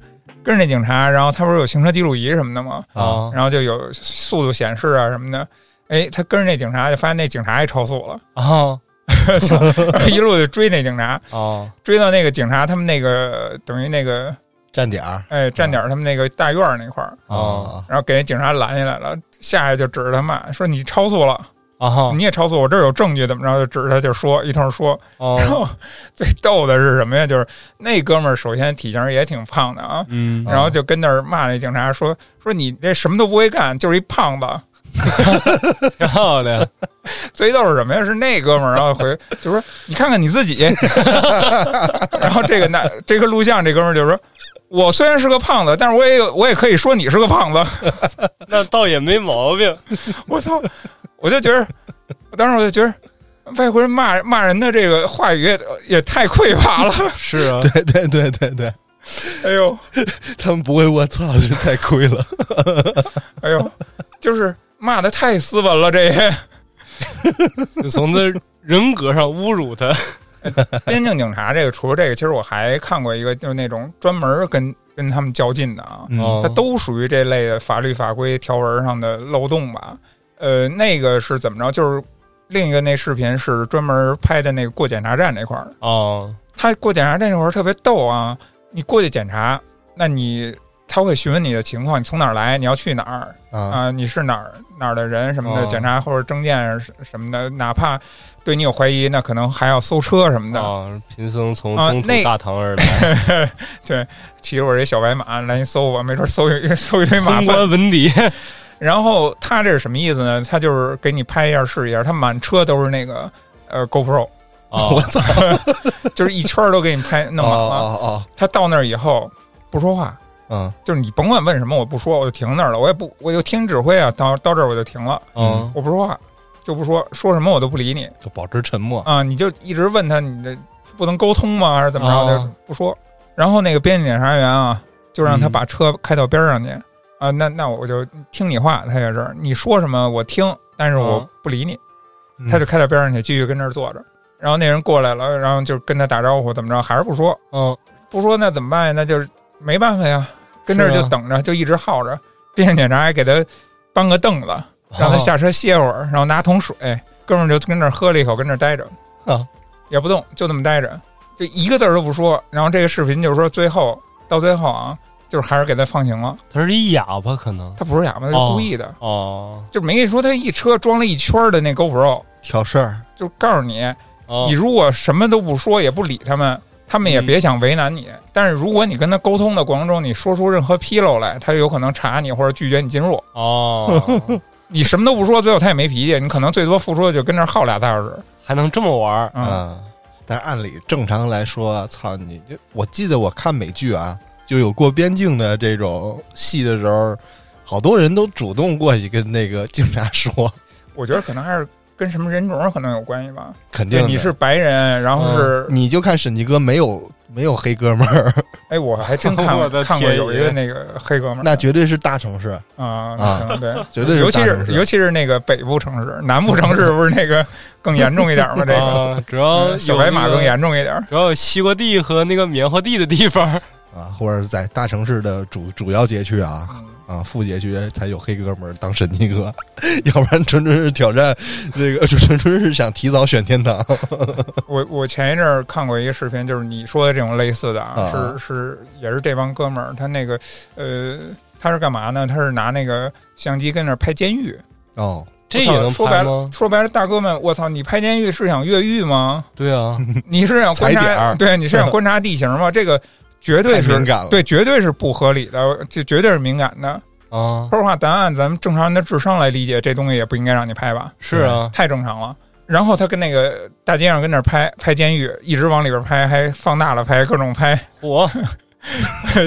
S3: 跟着那警察，然后他不是有行车记录仪什么的吗？
S2: 啊
S3: 然后就有速度显示啊什么的。哎，他跟着那警察，就发现那警察也超速了，
S2: 啊
S3: 然后一路就追那警察，
S2: 啊
S3: 追到那个警察他们那个等于那个
S1: 站点儿
S3: 哎，站点儿他们那个大院儿那块儿，
S2: 啊
S1: 啊，
S3: 然后给警察拦下来了，下来就指着他骂，说你超速了，
S2: 啊哈
S3: 你也超速，我这儿有证据，怎么着？就指着他就说一通说，然
S2: 哦
S3: 后最逗的是什么呀？就是那哥们儿首先体型也挺胖的啊，
S2: 嗯
S3: 然后就跟那儿骂那警察说说你这什么都不会干，就是一胖子。
S2: 漂亮
S3: 最逗是什么呀？是那哥们儿，然后回 就说你看看你自己。 然后这个男这个录像这哥们儿就说。我虽然是个胖子，但是我也有我也可以说你是个胖子。
S2: 那倒也没毛病
S3: 我操！我就觉得，我当时我就觉得，外国人骂骂人的这个话语也也太匮乏了。
S2: 是啊
S1: 对对对对对，
S3: 哎呦，
S1: 他们不会我操，这太亏了。
S3: 哎呦，就是骂的太斯文了，这也。
S2: 就从他人格上侮辱他
S3: 边境警察这个，除了这个，其实我还看过一个，就是那种专门跟跟他们较劲的啊，
S2: 哦
S1: 嗯
S3: 它都属于这类的法律法规条文上的漏洞吧。呃，那个是怎么着？就是另一个那视频是专门拍的那个过检查站那块儿的，
S2: 啊
S3: 他过检查站那会儿特别逗啊，你过去检查，那你他会询问你的情况，你从哪儿来，你要去哪儿，
S1: 啊，
S3: 啊、你是哪儿哪儿的人什么的，
S2: 哦
S3: 检查或者证件什什么的，哪怕对你有怀疑，那可能还要搜车什么
S1: 哦
S3: 的。
S2: 啊！贫僧从
S3: 啊
S2: 东
S3: 那
S2: 土大唐而来，
S3: 骑着我这小白马来一搜吧，没准搜一搜一堆马
S2: 通
S3: 粪。
S2: 关文牒
S3: 然后他这是什么意思呢？他就是给你拍一下试一下，他满车都是那个 呃 GoPro，
S2: 啊
S1: 我操，
S3: 就是一圈儿都给你拍弄
S1: 哦
S3: 满了。
S1: 哦
S3: 他到那儿以后不说话，
S1: 哦，嗯
S3: 就是你甭管问什么，我不说，我就停那儿了，我也不我就听指挥啊，到到这儿我就停了，
S2: 啊
S3: 我不说话，就不说，说什么我都不理你。
S1: 就保持沉默。
S3: 啊，你就一直问他你的不能沟通吗？还是怎么着？
S2: 哦
S3: 就不说。然后那个边境检察员啊，就让他
S2: 嗯
S3: 把车开到边儿上去、啊。那那我就听你话，他也是你说什么我听，但是我
S2: 哦
S3: 不理你。
S1: 嗯
S3: 他就开到边儿上去，继续跟那儿坐着。然后那人过来了，然后就跟他打招呼，怎么着还是不说，
S2: 嗯
S3: 不说那怎么办呀？那就是没办法呀，跟这儿
S2: 是啊
S3: 就等着，就一直耗着。边境检察还给他搬个凳子，让
S2: 哦
S3: 他下车歇会儿，然后拿桶水，哥们儿就跟那儿喝了一口，跟那儿待着，
S1: 啊，
S3: 也不动，就那么待着，就一个字儿都不说。然后这个视频就是说，最后到最后啊，就是还是给他放行了。
S2: 他是一哑巴可能
S3: 他不是哑巴，他是
S2: 哦
S3: 故意的，
S2: 哦
S3: 就没跟你说他一车装了一圈儿的那 GoPro，
S1: 嗯挑事儿，
S3: 就告诉你，
S2: 哦
S3: 你如果什么都不说，也不理他们。他们也
S2: 嗯
S3: 别想为难你，但是如果你跟他沟通的过程中，你说出任何纰漏来，他有可能查你或者拒绝你进入。
S2: 哦，
S3: 你什么都不说，最后他也没脾气，你可能最多付出的就跟那儿耗俩大小时。
S2: 还能这么玩儿
S3: 嗯，
S1: 嗯，但是按理正常来说，操你就！我记得我看美剧啊，就有过边境的这种戏的时候，好多人都主动过去跟那个警察说，
S3: 我觉得可能还是跟什么人种可能有关系吧。
S1: 肯定
S3: 对，
S1: 的嗯
S3: 你是白人，然后是，
S1: 你就看审计哥没有没有黑哥们 儿，
S3: 哎，我还真看
S2: 我的
S3: 看过
S2: 天
S3: 有一
S2: 爷
S3: 个那个黑哥们儿，
S1: 那绝对是大城市，
S3: 啊，
S1: 啊
S3: 可能对，
S1: 绝对是
S3: 尤其
S1: 大城
S3: 是
S1: 市。
S3: 尤其是那个北部城市， 南部城市不是那个更严重一点 吗？这个
S2: 啊，只要有
S3: 嗯小白马
S2: 那个
S3: 更严重一点。
S2: 只要有西瓜地和那个棉花地的地 方，
S1: 啊，或者在大城市的主主要街区啊
S3: 嗯
S1: 啊副街区才有黑哥们儿当审计哥， 要不然纯纯是挑战这个，纯纯是想提早选天堂。
S3: 我我前一阵儿看过一个视频，就是你说的这种类似的啊，
S1: 啊
S3: 是是也是这帮哥们儿，他那个呃，他是干嘛呢？他是拿那个相机跟那儿拍监狱。
S1: 哦，
S2: 这也能
S3: 说白
S2: 拍
S3: 了
S2: 吗，？
S3: 说白了，大哥们，我操，你拍监狱是想越狱吗？
S2: 对 啊，
S3: 你是想观
S1: 踩点
S3: 察
S1: 儿
S3: 对，你是想观察地形吗？这个绝对
S1: 太
S3: 是
S1: 敏感了
S3: 对，绝对是不合理的，这绝对是敏感的。
S2: 啊，
S3: 说实话，咱按咱们正常人的智商来理解，这东西也不应该让你拍吧，
S2: 是啊，
S3: 太正常了。然后他跟那个大街上跟那儿拍拍监狱，一直往里边拍，还放大了拍，各种拍，
S2: 我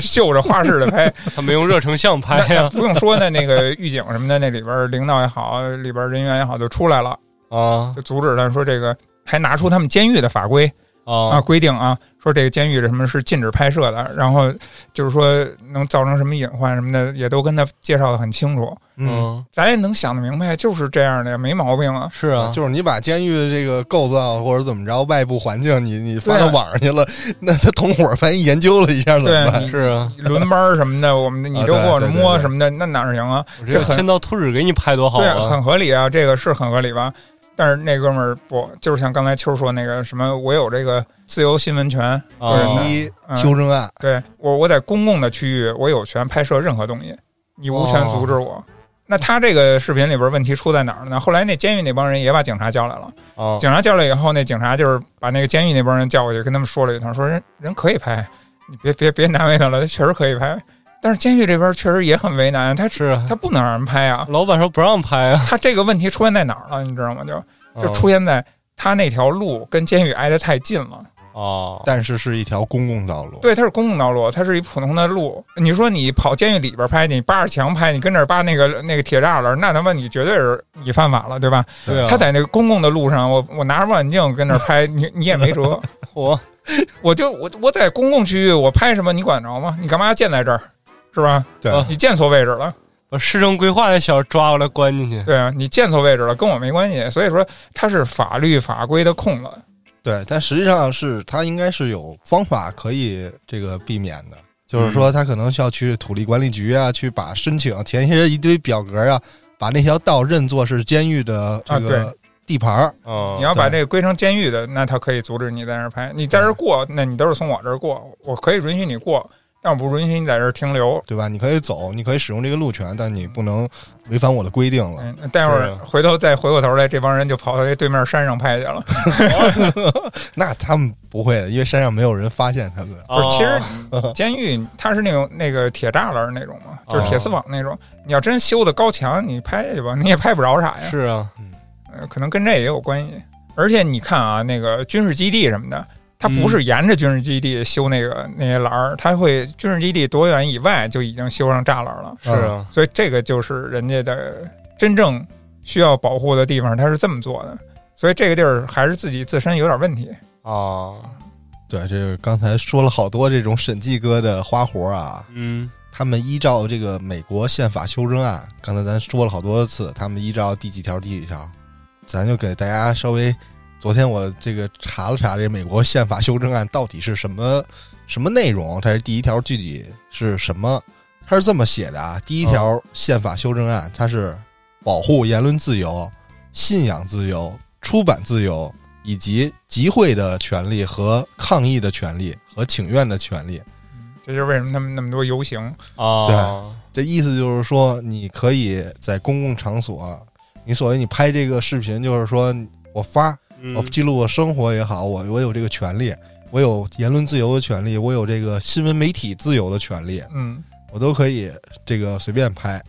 S3: 秀着花式的拍。
S2: 他没用热成像拍
S3: 那那
S2: 呀
S3: 不用说呢，那个狱警什么的，那里边领导也好，里边人员也好，就出来了，
S2: 啊
S3: 就阻止他说这个，还拿出他们监狱的法规，啊
S1: 哦
S2: 啊
S3: 规定啊，说这个监狱是什么是禁止拍摄的，然后就是说能造成什么隐患什么的，也都跟他介绍的很清楚。
S1: 嗯
S2: 嗯，
S3: 咱也能想得明白，就是这样的呀，没毛 病啊。
S2: 是啊，
S1: 就是你把监狱的这个构造或者怎么着外部环境，你你发到
S3: 对啊
S1: 网上去了，那他同伙万一研究了一下怎么办？
S3: 对
S2: 是啊，
S3: 你轮班儿什么的，我们你
S1: 啊
S3: 都
S1: 对
S3: 给我
S1: 对对
S3: 摸
S1: 对
S3: 什么的，那哪儿行啊？
S2: 我这
S3: 这很
S2: 签到图纸给你拍多好
S3: 对，
S2: 啊！
S3: 很合理啊，这个是很合理吧？但是那哥们儿不，就是像刚才秋儿说那个什么，我有这个自由新闻权，
S1: 二
S2: 啊，
S1: 一修正案，
S3: 对我我在公共的区域，我有权拍摄任何东西，你无权阻止我。那他这个视频里边问题出在哪儿呢？后来那监狱那帮人也把警察叫来了，
S2: 啊
S3: 警察叫来以后，那警察就是把那个监狱那帮人叫过去，跟他们说了一通，说人人可以拍，你别别别难为他了，他确实可以拍。但是监狱这边确实也很为难，他
S2: 是啊
S3: 他不能让人拍啊，
S2: 老板说不让拍啊，
S3: 他这个问题出现在哪儿了？你知道吗？就就
S2: 啊
S3: 出现在他那条路跟监狱挨得太近了。
S2: 哦，
S1: 但是是一条公共道路。
S3: 对，它是公共道路，它是一普通的路。你说你跑监狱里边拍，你扒着墙拍，你跟这儿扒那个那个铁栅栏，那他妈你绝对是你犯法了，对吧？
S2: 对啊，
S3: 他在那个公共的路上，我我拿着望远镜跟那儿拍，你你也没辙。
S2: 我
S3: 我就我我在公共区域我拍什么，你管着吗？你干嘛要建在这儿？是吧？
S1: 对
S3: 你建错位置了，
S2: 把市政规划那小子抓过来关进去，
S3: 对啊，你建错位置了，跟我没关系。所以说，它是法律法规的空子，
S1: 对，但实际上是它应该是有方法可以这个避免的，就是说他可能需要去土地管理局啊，去把申请填写一堆表格啊，把那条道认作是监狱的这
S3: 啊
S1: 个地盘儿。
S2: 嗯，
S3: 你要把
S1: 对
S3: 这个归成监狱的，那他可以阻止你在那儿拍。你在这儿过，那你都是从我这儿过，我可以允许你过，但我不允许你在这儿停留。
S1: 对吧？你可以走，你可以使用这个路权，但你不能违反我的规定了。
S3: 嗯，待会
S2: 是
S3: 儿
S2: 啊
S3: 回头再回过头来，这帮人就跑到这对面山上拍去了。
S1: 那他们不会的，因为山上没有人发现他们。
S2: 哦
S3: 不是，其实监狱它是那种那个铁栅栏那种嘛，就是
S2: 哦
S3: 铁丝网那种。你要真修的高墙，你拍下去吧，你也拍不着啥呀。
S2: 是啊，
S3: 呃可能跟这也有关系。而且你看啊，那个军事基地什么的，它不是沿着军事基地修那个、那些栏儿，它会军事基地多远以外就已经修上栅栏了。
S2: 是啊，
S3: 所以这个就是人家的真正需要保护的地方，他是这么做的。所以这个地儿还是自己自身有点问题。
S2: 啊，
S1: 对，这个刚才说了好多这种审计哥的花活啊，
S2: 嗯，
S1: 他们依照这个美国宪法修正案，刚才咱说了好多次，他们依照第几条第几条，咱就给大家稍微，昨天我这个查了查这美国宪法修正案到底是什么什么内容，它是第一条具体是什么？它是这么写的啊，第一条宪法修正案它是保护言论自由、信仰自由、出版自由以及集会的权利和抗议的权利和请愿的权利。
S3: 这就是为什么他们那么多游行。
S2: 啊，
S1: 这意思就是说，你可以在公共场所，你所谓你拍这个视频，就是说我发，
S2: 嗯
S1: 我记录我生活也好，我我有这个权利，我有言论自由的权利，我有这个新闻媒体自由的权利，
S3: 嗯，
S1: 我都可以这个随便拍。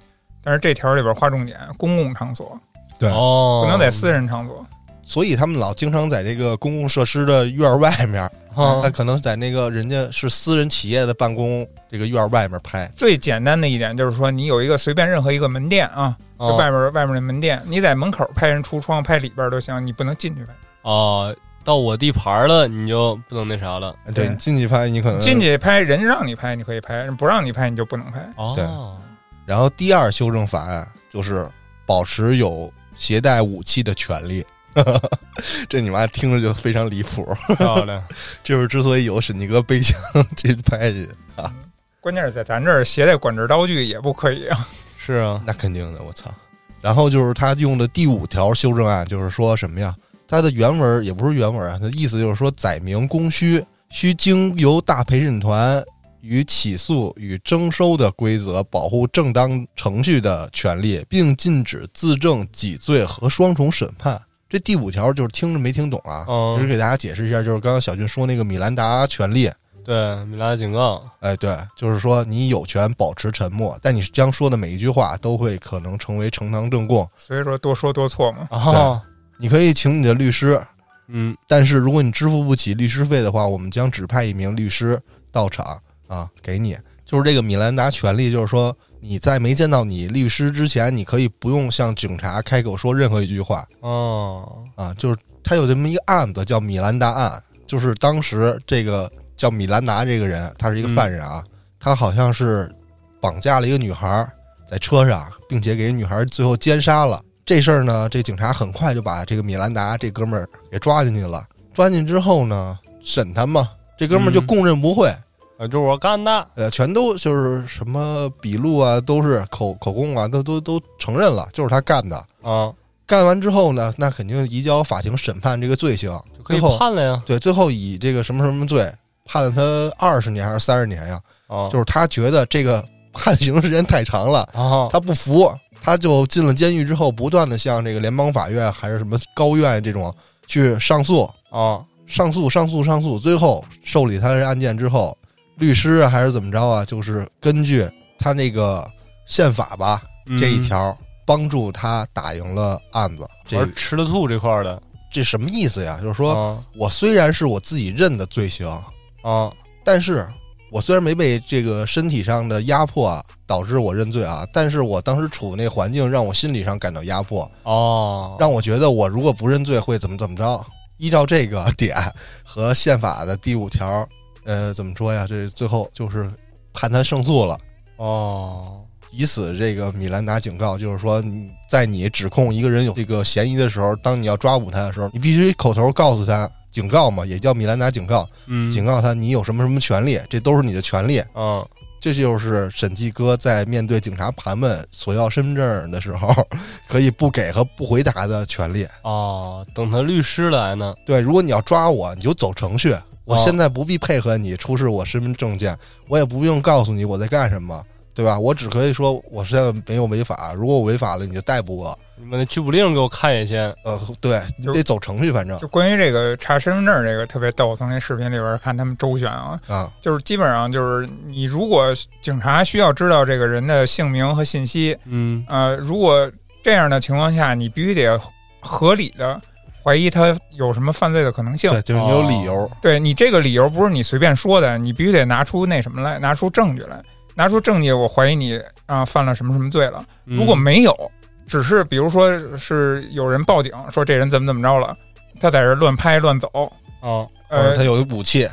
S3: 但是这条里边划重点，公共场所
S1: 对，
S2: 哦，
S3: 不能在私人场所。
S1: 所以他们老经常在这个公共设施的院儿外面，
S3: 嗯
S2: 啊
S1: 他可能在那个人家是私人企业的办公这个院儿外面拍。
S3: 最简单的一点就是说，你有一个随便任何一个门店啊，就
S2: 啊
S3: 外面外面的门店，你在门口拍人橱窗，拍里边都行，你不能进去拍。
S2: 啊，到我地盘了，你就不能那啥了。
S1: 对
S3: 对
S1: 你进去拍，你可能
S3: 进去拍，人让你拍你可以拍，人不让你拍你就不能拍。
S1: 对
S2: 哦，
S1: 然后第二修正法案就是保持有携带武器的权利。 这你妈听着就非常离谱，
S2: 漂 亮，
S1: 这就是之所以有沈计哥背枪 这拍去，
S3: 关键是在咱这儿携带管制刀具也不可以啊。
S2: 是啊，
S1: 那肯定的，我操！然后就是他用的第五条修正案，就是说什么呀？他的原文也不是原文啊，他意思就是说载明供需需经由大陪审团与起诉与征收的规则保护正当程序的权利，并禁止自证、己罪和双重审判。这第五条就是听着没听懂啊，
S2: 嗯
S1: 只是给大家解释一下，就是刚刚小俊说那个米兰达权利，
S2: 对，米拉警告，
S1: 哎，对，就是说你有权保持沉默，但你将说的每一句话都会可能成为呈堂证供。
S3: 所以说多说多错嘛。
S2: 哦，
S1: 你可以请你的律师，
S2: 嗯，
S1: 但是如果你支付不起律师费的话，我们将指派一名律师到场啊，给你。就是这个米兰达权利，就是说你在没见到你律师之前，你可以不用向警察开口说任何一句话
S2: 哦，
S1: 啊。就是他有这么一个案子叫米兰达案，就是当时这个叫米兰达这个人，他是一个犯人啊，他好像是绑架了一个女孩儿在车上，并且给女孩儿最后奸杀了。这事儿呢，这警察很快就把这个米兰达这哥们儿给抓进去了。抓进去之后呢，审他嘛，这哥们儿就
S2: 嗯
S1: 供认不讳，
S2: 啊，这我干的，
S1: 呃，全都就是什么笔录啊，都是口口供啊，都都都承认了，就是他干的。
S2: 啊，
S1: 干完之后呢，那肯定移交法庭审判这个罪行，
S2: 就可
S1: 最
S2: 以
S1: 后
S2: 判了呀。
S1: 对最后以这个什么什么罪判了他二十年还是三十年呀？
S2: 啊，
S1: 就是他觉得这个判刑时间太长了，
S2: 啊，
S1: 他不服，他就进了监狱之后，不断的向这个联邦法院还是什么高院这种去上诉，
S2: 啊，
S1: 上诉，上诉，上诉，最后受理他的案件之后，律师啊还是怎么着啊，就是根据他那个宪法吧
S2: 嗯
S1: 这一，条，帮助他打赢了案子。这
S2: 而吃了吐这块儿的，
S1: 这什么意思呀？就是说
S2: 啊
S1: 我虽然是我自己认的罪行，
S2: 啊
S1: 但是我虽然没被这个身体上的压迫啊导致我认罪啊，但是我当时处那环境让我心理上感到压迫，
S2: 哦，
S1: 让我觉得我如果不认罪会怎么怎么着。依照这个点和宪法的第五条，呃，怎么说呀？这最后就是判他胜诉了。
S2: 哦，
S1: 以此，这个米兰达警告，就是说，你在你指控一个人有这个嫌疑的时候，当你要抓捕他的时候，你必须口头告诉他警告嘛，也叫米兰达警告，
S2: 嗯，
S1: 警告他你有什么什么权利，这都是你的权利。
S2: 嗯，
S1: 这就是审计哥在面对警察盘问索要身份证的时候，可以不给和不回答的权利。
S2: 哦，等他律师来呢，
S1: 对，如果你要抓我，你就走程序。我
S2: 哦
S1: 现在不必配合你出示我身份证件，我也不用告诉你我在干什么，对吧？我只可以说我现在没有违法，如果我违法了，你就逮捕我。
S2: 你把那拘捕令给我看一下先。
S1: 呃，对你
S3: 就
S1: 得走程序，反正
S3: 就关于这个查身份证这个特别逗，从那视频里边看他们周旋啊，
S1: 啊，
S3: 就是基本上就是你如果警察需要知道这个人的姓名和信息，
S2: 嗯
S3: 呃，如果这样的情况下，你必须得合理的怀疑他有什么犯罪的可能性。
S1: 对，就是你有理由。
S3: 对你这个理由不是你随便说的，你必须得拿出那什么来，拿出证据来，拿出证据，我怀疑你啊、犯了什么什么罪了。
S2: 嗯
S3: 如果没有，只是比如说是有人报警说这人怎么怎么着了，他在这儿乱拍乱走，
S2: 啊
S1: 或者
S3: 呃
S1: 哦他，有武器，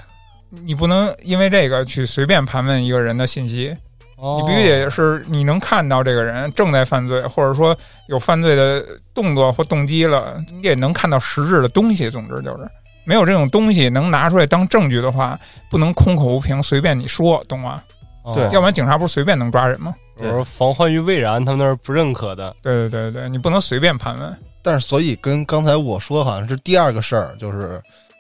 S3: 你不能因为这个去随便盘问一个人的信息，
S2: 哦，
S3: 你必须得是你能看到这个人正在犯罪，或者说有犯罪的动作或动机了，你也能看到实质的东西。总之就是没有这种东西能拿出来当证据的话，不能空口无凭，随便你说，懂吗？
S2: 哦
S1: 对
S3: 要不然警察不是随便能抓人吗？
S2: 我说防患于未然，他们那儿不认可的。
S3: 对对对对，你不能随便盘问。
S1: 但是所以跟刚才我说好像是第二个事儿，就是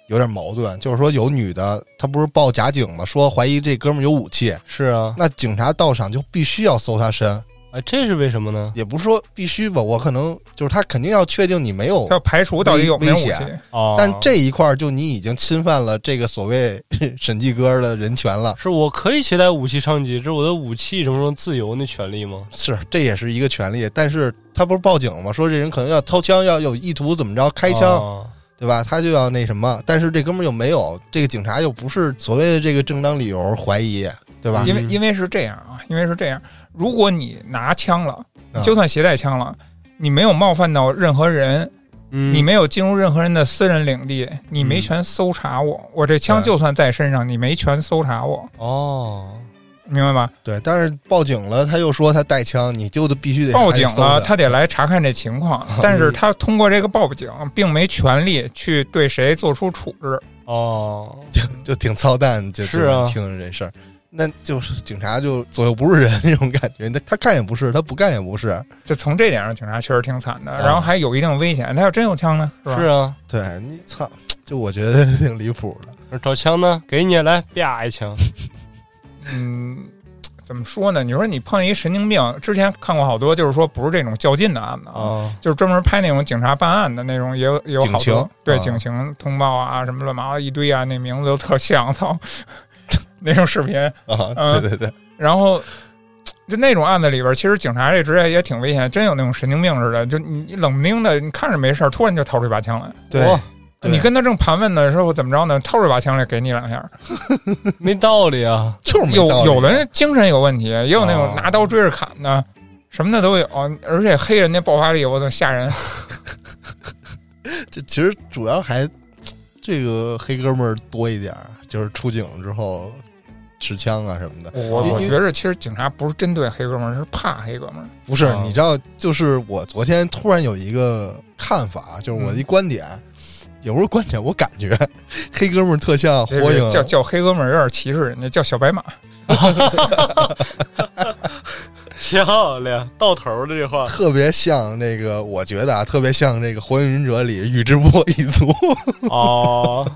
S1: 有点矛盾，就是说有女的她不是报假警嘛，说怀疑这哥们儿有武器，
S2: 是啊，
S1: 那警察到场就必须要搜他身，
S2: 哎，这是为什么呢？
S1: 也不是说必须吧，我可能就是他肯定要确定你没有
S3: 他，要排除到底有没有武
S1: 危
S3: 器
S1: 危，险
S2: 哦，
S1: 但这一块儿就你已经侵犯了这个所谓审计哥的人权了，
S2: 是我可以携带武器上街，这是我的武器什么什么自由的权利吗？
S1: 是这也是一个权利，但是他不是报警吗？说这人可能要掏枪，要有意图怎么着开枪，
S2: 哦
S1: 对吧？他就要那什么，但是这哥们儿又没有，这个警察又不是所谓的这个正当理由怀疑，对吧？
S3: 因为
S2: 嗯
S3: 因为是这样啊，因为是这样，如果你拿枪了，
S1: 啊
S3: 就算携带枪了，你没有冒犯到任何人，
S2: 嗯，
S3: 你没有进入任何人的私人领地，你没权搜查我。我这枪
S1: 嗯对
S3: 就算在身上，你没权搜查我，
S2: 哦，
S3: 明白吧？
S1: 对，但是报警了，他又说他带枪，你就得必须得
S3: 报警
S1: 还得搜嗯
S3: 了，
S1: 他
S3: 他得来查看这情况，但是他通过这个报警，并没权利去对谁做出处置。
S2: 哦，
S1: 就挺操蛋，就是
S2: 啊
S1: 听着这事儿。那就是警察就左右不是人 那种感觉，他他干也不是，他不干也不是，
S3: 就从这点上，警察确实挺惨的，
S1: 啊
S3: 然后还有一定危险。他要真有枪呢，是吧？
S2: 是啊，
S1: 对你操，就我觉得挺离谱的。
S2: 我说找枪呢，给你来，啪一枪，
S3: 嗯，怎么说呢？你说你碰见一神经病，之前看过好多，就是说不是这种较劲的案子啊，
S2: 哦，
S3: 就是专门拍那种警察办案的那种，也有也有好
S1: 警情
S3: 多对
S1: 啊
S3: 警情通报啊，什么乱七八糟一堆啊，那名字都特像， 操，那种视频。
S1: 啊，
S3: 嗯
S1: 对对对，
S3: 然后就那种案子里边，其实警察这职业也挺危险，真有那种神经病似的，就你你冷不丁的，你看着没事儿，突然就掏出一把枪来。
S1: 对
S2: 哇
S1: 对
S3: 哦你跟他正盘问的时候，怎么着呢？掏出一把枪来给你两下，
S2: 没道理啊，
S1: 就是没
S3: 有
S1: 道理
S3: 有的人精神有问题，也有那
S2: 哦
S3: 种拿刀追着砍的，什么的都有。而且黑人那爆发力，我操，吓人！
S1: 这其实主要还这个黑哥们儿多一点儿，就是出警之后持枪啊什么的。
S3: 我
S1: 因
S3: 我
S1: 因
S3: 觉着其实警察不是针对黑哥们儿，是怕黑哥们儿。
S1: 不是
S2: 啊，
S1: 你知道，就是我昨天突然有一个看法，就是
S2: 嗯
S1: 我的一观点，也不是观点，我感觉黑哥们儿特像火
S3: 这
S1: 影
S3: 个，叫叫黑哥们儿有点歧视人家，叫小白马。
S2: 漂亮，到头的这话，
S1: 特别像那个，我觉得啊，特别像那个《火影忍者》里宇智波一族，
S2: 哦，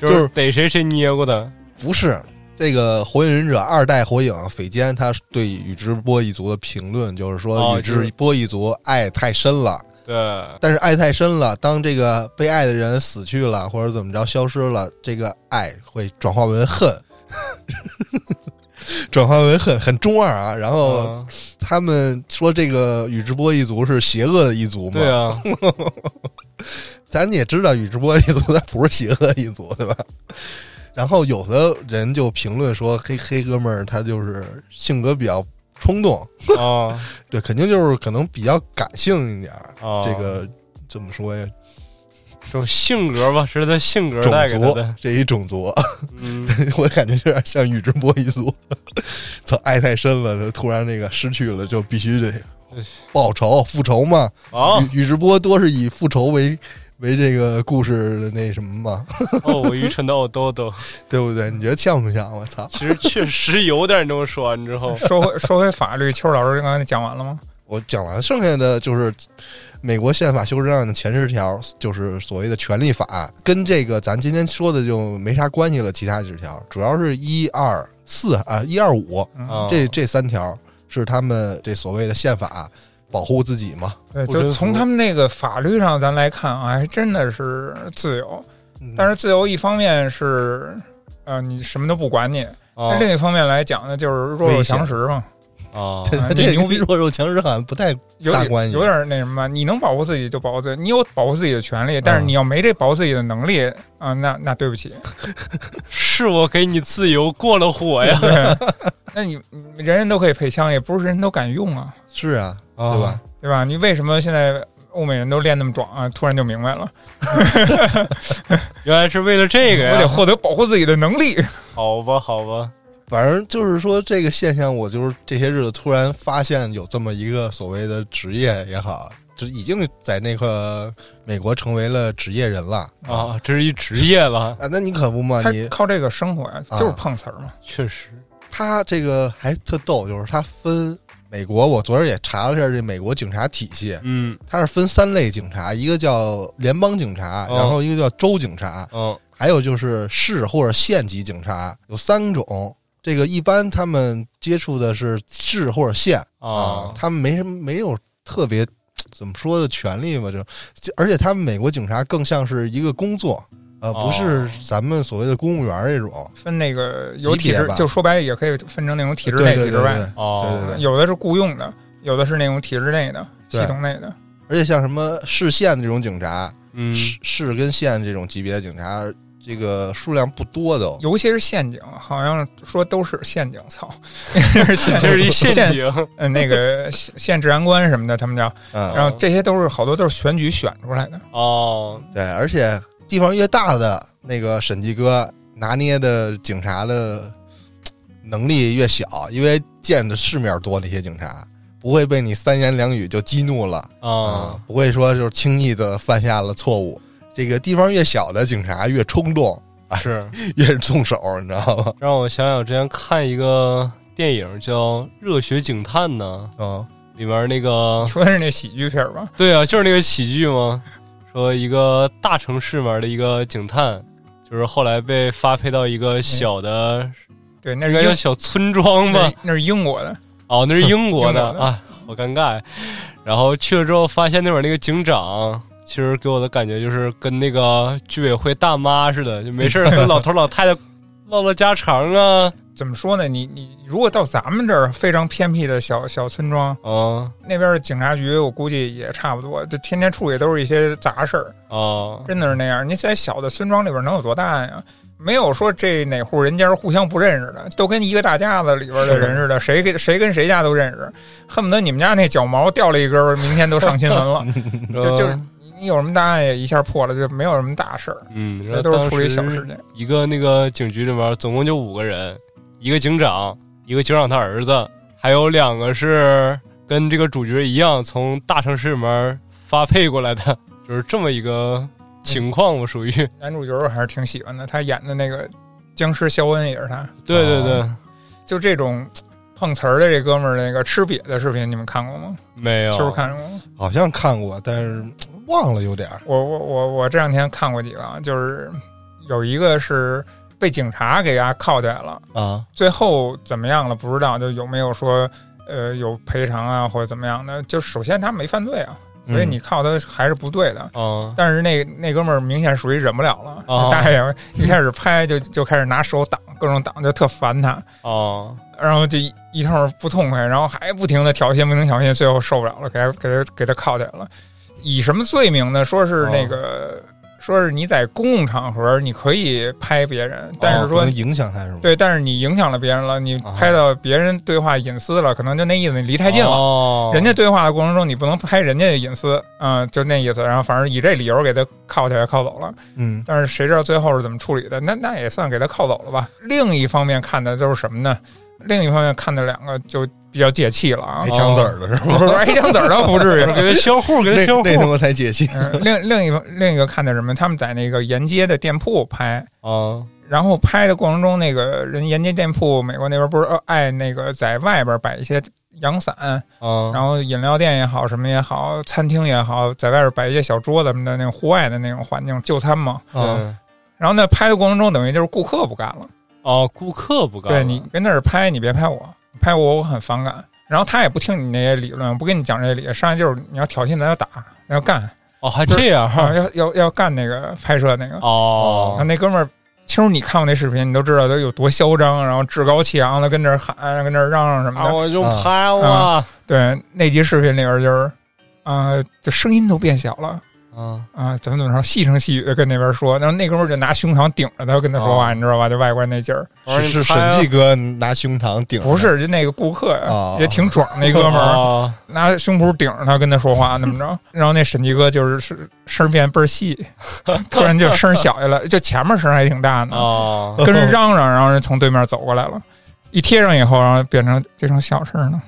S2: 就
S1: 就是
S2: 逮谁谁捏过的，
S1: 不是这个《火影忍者》二代火影匪间，他对宇智波一族的评论就是说，
S2: 哦
S1: 宇
S2: 就是
S1: 智波一族爱太深了，
S2: 对，
S1: 但是爱太深了，当这个被爱的人死去了或者怎么着消失了，这个爱会转化为恨， 转化为恨，很中二啊。然后
S2: 嗯
S1: 他们说这个宇智波一族是邪恶的一族嘛？
S2: 对啊，
S1: 咱也知道宇智波一族他不是邪恶一族，对吧？然后有的人就评论说黑黑哥们儿他就是性格比较冲动，
S2: 啊
S1: 对，肯定就是可能比较感性一点儿。
S2: 啊，
S1: 这个怎么说呀？
S2: 这种性格吧，是他性格
S1: 种
S2: 带给他
S1: 族
S2: 的，
S1: 这一种族，
S2: 嗯，
S1: 我感觉有点像宇智波一族，操，爱太深了，就突然那个失去了，就必须得报仇复仇嘛。
S2: 好，
S1: 宇宇智波多是以复仇为为这个故事的那什么嘛，
S2: 哦，我愚蠢的我 豆豆，
S1: 对不对？你觉得像不像？我操！
S2: 其实确实有点这么说完 之后，
S3: 说回说回法律，秋儿老师刚才讲完了吗？
S1: 我讲完了，剩下的就是美国宪法修正案的前十条，就是所谓的权利法，跟这个咱今天说的就没啥关系了。其他几条主要是一二四啊，一二五
S2: 啊
S1: 这这三条是他们这所谓的宪法保护自己嘛。
S3: 对，
S2: 不真
S3: 就
S2: 服
S3: 从他们那个法律上咱来看啊，还真的是自由。
S1: 嗯
S3: 但是自由一方面是，呃，你什么都不管你；
S2: 啊
S1: 哦
S3: 那另一方面来讲呢，就是弱肉强食嘛，
S2: 啊，
S3: 啊
S1: 哦这
S3: 这
S1: 牛
S3: 牛
S1: 逼啊
S3: 逼
S1: 弱肉强食好像不太
S3: 有
S1: 大关系
S3: 点有点那什么，你能保护自己就保护自己，你有保护自己的权利，但是
S1: 嗯
S3: 你要没这保护自己的能力啊，那那对不起，
S2: 是我给你自由过了火呀，
S3: 对， 那你你人人都可以配枪，也不是人人都敢用啊，
S1: 是啊，
S2: 啊
S1: 对吧？？
S3: 对吧？你为什么现在欧美人都练那么壮啊？突然就明白了，
S2: 原来是为了这个
S3: 我得
S2: 呀，
S3: 获得保护自己的能力。
S1: 啊
S2: 好吧，好吧，
S1: 反正就是说这个现象，我就是这些日子突然发现有这么一个所谓的职业也好，就已经在那个美国成为了职业人了啊
S2: 啊，这是一职业 了，
S1: 啊！那你可不嘛，
S3: 他
S1: 你
S3: 靠这个生活呀，
S1: 啊
S3: 就是碰瓷儿嘛。
S2: 确实，
S1: 他这个还特逗，就是他分美国，我昨儿也查了一下这美国警察体系，
S2: 嗯
S1: 它是分三类警察，一个叫联邦警察，
S2: 哦
S1: 然后一个叫州警察，
S2: 嗯
S1: 还有就是市或者县级警察，有三种。这个一般他们接触的是市或者县。
S3: 哦
S1: 啊，
S2: 啊
S1: 他们没什么没有特别怎么说的权利吧，就就而且他们美国警察更像是一个工作，呃，
S2: 哦
S1: 不是咱们所谓的公务员这种，
S3: 分那个有
S1: 级别
S3: 体制
S1: 吧，
S3: 就说白了也可以分成那种体制
S1: 对
S3: 内、
S1: 对
S3: 体
S1: 对对
S3: 制外，
S1: 啊对
S2: 哦
S1: 对对，
S3: 有的是雇佣的，有的是那种体制内的、
S1: 对
S3: 系统内的。
S1: 而且像什么市县这种警察，
S2: 嗯
S1: 市市跟县这种级别的警察，这个数量不多都。
S3: 尤其是陷阱，好像说都是陷阱， 操，这是陷
S2: 这是一陷
S3: 陷，
S2: 阱，
S3: 呃，那个县县治安官什么的，他们叫，
S1: 嗯，
S3: 然后这些都是好多都是选举选出来的，
S2: 哦，
S1: 对，而且地方越大的那个审计哥拿捏的警察的能力越小，因为见的世面多，那些警察不会被你三言两语就激怒了。啊
S3: 哦
S2: 啊，，
S1: 不会说就是轻易的犯下了错误。这个地方越小的警察越冲动，
S2: 是
S1: 越是动手，你知道吗？
S2: 让我想想，我之前看一个电影叫《热血警探》呢，
S1: 啊，
S2: 里面那个
S3: 说的是那喜剧片儿吧？
S2: 对啊，就是那个喜剧嘛，说一个大城市里面的一个警探，就是后来被发配到一个小的，
S3: 对，那
S2: 那
S3: 是
S2: 应该叫
S3: 英
S2: 小村庄
S3: 那
S2: 吧
S3: 是？那是英国的，
S2: 哦，那是英国的
S3: 英国的
S2: 啊，好尴尬。然后去了之后，发现那边那个警长，其实给我的感觉就是跟那个居委会大妈似的，就没事儿跟老头老太太唠唠家常啊，
S3: 怎么说呢？你你如果到咱们这儿非常偏僻的小小村庄，
S2: 嗯
S3: 那边的警察局，我估计也差不多，就天天处理都是一些杂事儿，
S2: 哦，
S3: 真的是那样。你在小的村庄里边能有多大呀？没有说这哪户人家是互相不认识的，都跟一个大架子里边的人似的，谁跟谁跟谁家都认识，恨不得你们家那脚毛掉了一根儿，明天都上新 闻了。就就是你有什么大案也一下破了，就没有什么大事儿，
S2: 嗯，然
S3: 这
S2: 后
S3: 都
S2: 当
S3: 是处理
S2: 时
S3: 小事情。
S2: 一个那个警局里面总共就五个人，一个警长，一个警长他儿子，还有两个是跟这个主角一样从大城市里面发配过来的，就是这么一个情况吧，属于。
S3: 男主角我还是挺喜欢的，他演的那个僵尸肖恩也是他，
S2: 对对对，
S3: 就这种碰瓷儿的这哥们儿那个吃瘪的视频，你们看过吗？
S2: 没有，
S3: 是不是看过？
S1: 好像看过，但是嗯忘了有点儿。
S3: 我我我我这两天看过几个啊，就是有一个是被警察给他铐起来了，
S1: 啊，
S3: 最后怎么样了不知道，就有没有说呃有赔偿啊或者怎么样的？就首先他没犯罪啊，所以
S1: 嗯
S3: 你铐他还是不对的。
S2: 嗯，
S3: 但是那那哥们儿明显属于忍不了了，
S2: 哦
S3: 大爷一开始拍就就开始拿手挡，各种挡，就特烦他，
S2: 哦，
S3: 然后就一一通不痛快，然后还不停的挑衅，不停地挑衅，最后受不了了，给他给他给他铐起来了。以什么罪名呢？说是那个、说是你在公共场合你可以拍别人，但
S1: 哦
S3: 是说、
S1: 不能啊影响他是吗？
S3: 对，但是你影响了别人了，你
S2: 哦
S3: 拍到别人对话隐私了，可能就那意思，你离太近了。
S2: 了
S3: 人家对话的过程中，你不能拍人家的隐私，嗯，就那意思。然后反正以这理由给他铐起来，铐走了。
S1: 嗯
S3: 但是谁知道最后是怎么处理的？那那也算给他铐走了吧。另一方面看的就是什么呢？另一方面看的两个就比较解气了啊
S1: 挨，枪子儿的是吗？
S3: 不 是挨枪子儿倒不至于
S2: 给。他销户，给他
S1: 那
S2: 销
S1: 那他
S2: 户，
S1: 妈才解气。
S3: 嗯另另一方另一个看的什么？他们在那个沿街的店铺拍，
S2: 啊
S3: 然后拍的过程中，那个人沿街店铺，美国那边不是呃爱那个在外边摆一些阳伞，
S2: 啊，
S3: 然后饮料店也好，什么也好，餐厅也好，在外边摆一些小桌子什么的，那种户外的那种环境就餐嘛。
S1: 啊，
S2: 对
S3: 然后那拍的过程中，等于就是顾客不干了，
S2: 哦，顾客不干了，
S3: 对你跟那儿拍，你别拍我，拍我我很反感。然后他也不听你那些理论，不跟你讲这些理，上来就是你要挑衅，咱要打，要干，
S2: 哦，还这样
S3: 啊、要要要干那个拍摄那个。然后
S2: 哦，
S3: 那哥们儿，其实你看过那视频，你都知道他有多嚣张，然后趾高气扬的跟那儿喊，跟那儿嚷嚷什么
S2: 那
S3: 的。
S2: 我就
S1: 啊
S2: 拍了，
S3: 对，那集视频里边就是，啊、就声音都变小了。
S2: 嗯，
S3: 啊，怎么怎么着，细声细语的跟那边说，然后那哥们儿就拿胸膛顶着他跟他说
S1: 哦
S3: 话，你知道吧？就外国那劲儿，
S2: 我说
S1: 是
S2: 你啊
S1: 是
S2: 拍
S1: 审计哥拿胸膛顶着，
S3: 不是就那个顾客
S1: 哦
S3: 也挺壮那哥们儿，
S2: 哦
S3: 拿胸脯顶着他跟他说话，那么着，然后那审计哥就是是声儿变倍儿细， 突然就声儿小下来了，就前面声儿还挺大呢，
S2: 哦，
S3: 跟人嚷嚷，然后人从对面走过来了，一贴上以后，然后变成变成小声 了，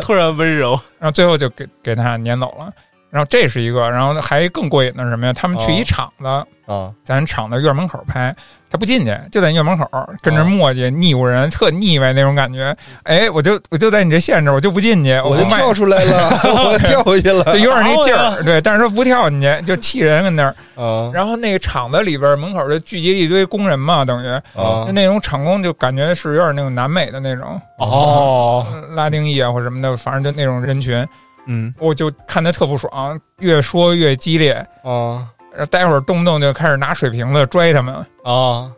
S2: 突然温柔，
S3: 然后最后就给给他撵走了。然后这是一个，然后还更过瘾的是什么呀？他们去一
S2: 哦
S3: 厂子，
S1: 啊，
S3: 咱厂的院门口拍，他不进去，就在院门口跟着磨叽腻咕人，特腻歪那种感觉。哎，我就我就在你这线这儿，我就不进去，
S1: 我
S3: 就
S1: 就
S3: 卖
S1: 跳，出来了，我跳回去了
S3: 就有点那劲
S2: 打我
S3: 儿。对，但是他不跳进去，就气人跟那儿。
S2: 嗯
S3: 然后那个厂子里边门口就聚集了一堆工人嘛，等于
S1: 啊
S2: 嗯
S3: 那种厂工就感觉是有点那种南美的那种
S2: 哦，
S3: 拉丁裔啊或者什么的，反正就那种人群，
S1: 嗯，
S3: 我就看他特不爽，越说越激烈，
S2: 嗯
S3: 然后待会儿动不动就开始拿水瓶子拽他们。
S2: 啊